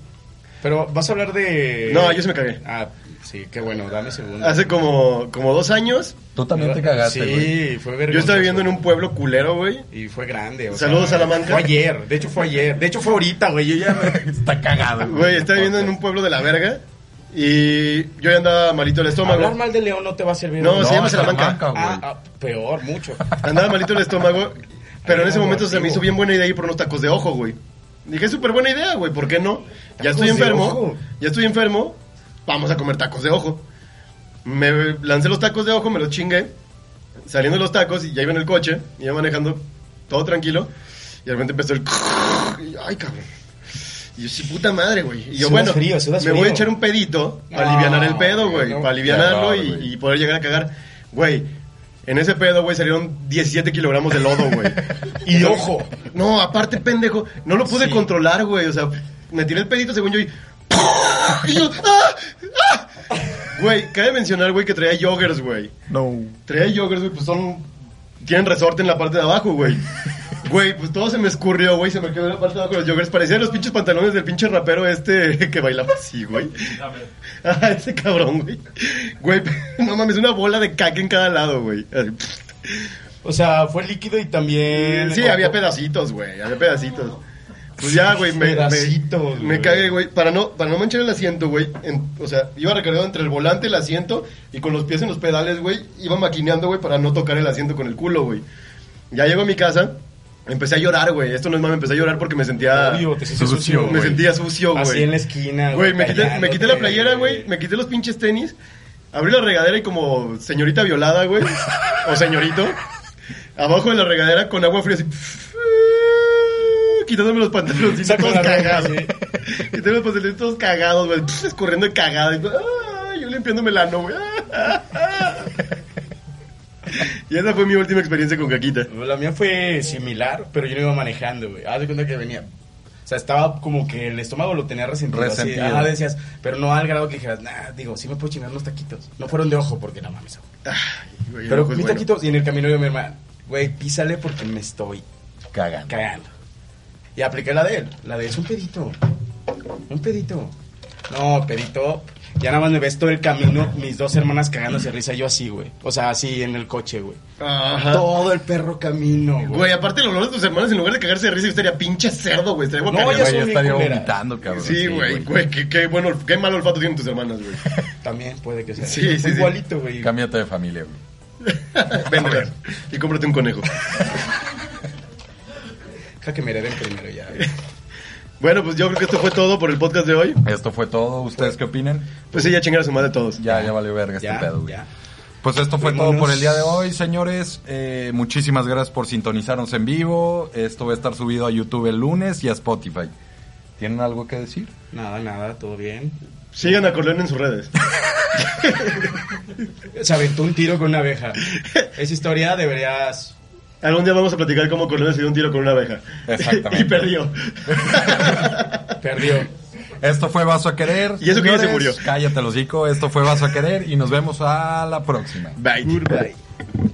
Pero vas a hablar de. No, yo se me cagué. Ah, sí, qué bueno, dame segundo. Hace como, como dos años, Tú también te cagaste, Sí, güey. fue yo vergonzoso. estaba viviendo en un pueblo culero, güey. Y fue grande. o Saludos, sea, Salamanca. Fue ayer, de hecho fue ayer. De hecho fue ahorita, güey. Yo ya. Está cagado, Güey, estaba viviendo en un pueblo de la verga. Y yo ya andaba malito el Hablar estómago. mal de León no te va a servir. No, se llama Salamanca. Salamanca. güey. Ah, ah, peor, mucho. Andaba malito el estómago. Pero en ese momento se me hizo Antiguo. bien buena idea ir por unos tacos de ojo, güey. Dije, súper buena idea, güey, ¿por qué no? Ya Tacos estoy de enfermo, ojo. ya estoy enfermo, vamos a comer tacos de ojo. Me lancé los tacos de ojo, me los chingué, saliendo de los tacos y ya iba en el coche, iba manejando todo tranquilo, y de repente empezó el... y yo, ay, cabrón. Y yo, sí, puta madre, güey. Y yo, Sudas bueno, frío, me sudas voy a frío. echar un pedito para No, alivianar el pedo, güey, no. para aliviarlo Qué horror, y, güey. y poder llegar a cagar. Güey, en ese pedo, güey, salieron 17 kilogramos de lodo, güey. Y ojo. No, aparte, pendejo, no lo pude Sí. controlar, güey. O sea, me tiré el pedito según yo y. y yo, ¡ah! ¡ah! Güey, cabe mencionar, güey, que traía joggers, güey. No. Traía joggers, güey, pues son. Tienen resorte en la parte de abajo, güey. Güey, pues todo se me escurrió, güey, se me quedó en la parte de abajo los joggers. Parecían los pinches pantalones del pinche rapero este que bailaba así, güey. Ah, ese cabrón, güey. Güey, no mames, una bola de caca en cada lado, güey. Así, O sea, fue líquido y también. Sí, había pedacitos, güey, había pedacitos. Pues ya, güey, me, Pedacitos, me, me güey. cagué, güey. Para no, para no manchar el asiento, güey. en- O sea, iba recargado entre el volante, el asiento y con los pies en los pedales, güey. Iba maquineando, güey, para no tocar el asiento con el culo, güey. Ya llego a mi casa, empecé a llorar, güey. Esto no es malo, empecé a llorar porque me sentía. Obvio, te sientes Sucio, sucio, me me güey. sentía sucio, güey. Así en la esquina, Güey, me quité, me tallándote, quité la playera, güey. Me quité los pinches tenis. Abrí la regadera y como señorita violada, güey. o señorito. Abajo de la regadera con agua fría así. Quitándome los pantalones Saco todos la ropa, cagados. sí. Quitándome los pantalones todos cagados, güey. Escorriendo de cagada. Y, ah, yo limpiándome el ano, güey. ah, y esa fue mi última experiencia con Caquita. La mía fue similar, pero yo no iba manejando, güey. Haz de cuenta que venía. O sea, estaba como que el estómago lo tenía resentido. así. Resentido. Ajá, decías, pero no al grado que dijeras, nah, digo, sí me puedo chingar unos taquitos. No fueron de ojo, porque no mames. ojo. Güey, Pero ojo es mis pues, bueno. taquitos, y en el camino yo mi hermana, güey, písale porque me estoy Cagando. cagando. Y apliqué la de él. La de él es un pedito. Un pedito. No, pedito. Ya nada más me ves todo el camino, mis dos hermanas cagándose de risa, yo así, güey. O sea, así en el coche, güey. Ajá. Todo el perro camino, güey. Güey, aparte el olor de tus hermanos, en lugar de cagarse de risa, yo estaría pinche cerdo, güey. Estaría No, guacareado. Güey, ya soy yo bien estaría culera. vomitando, cabrón. Sí, güey, güey, qué, qué, bueno, qué mal olfato tienen tus hermanas, güey. También puede que sea. Sí, sí, sí. Igualito, güey. Cámbiate de familia, güey. Ven, ven, y cómprate un conejo. Deja que me hereden primero ya. güey. Este Bueno, pues yo creo que esto fue todo por el podcast de hoy. Esto fue todo. ¿Ustedes qué opinan? Pues sí, ya chingar a su madre todos. Ya, ya valió verga este ya, pedo, güey. ya. Pues esto fue todo Vámonos. por el día de hoy, señores. Eh, muchísimas gracias por sintonizarnos en vivo. Esto va a estar subido a YouTube el lunes y a Spotify. ¿Tienen algo que decir? Nada, nada, todo bien. Sigan a Corleone en sus redes. Se aventó un tiro con una abeja. Esa historia deberías. Algún día vamos a platicar cómo Corleone se dio un tiro con una abeja. Exactamente. y perdió. Perdió. Esto fue Vaso a Querer. Y eso que ya se señores. murió. Cállate, los dico. Esto fue Vaso a Querer y nos vemos a la próxima. Bye. Goodbye.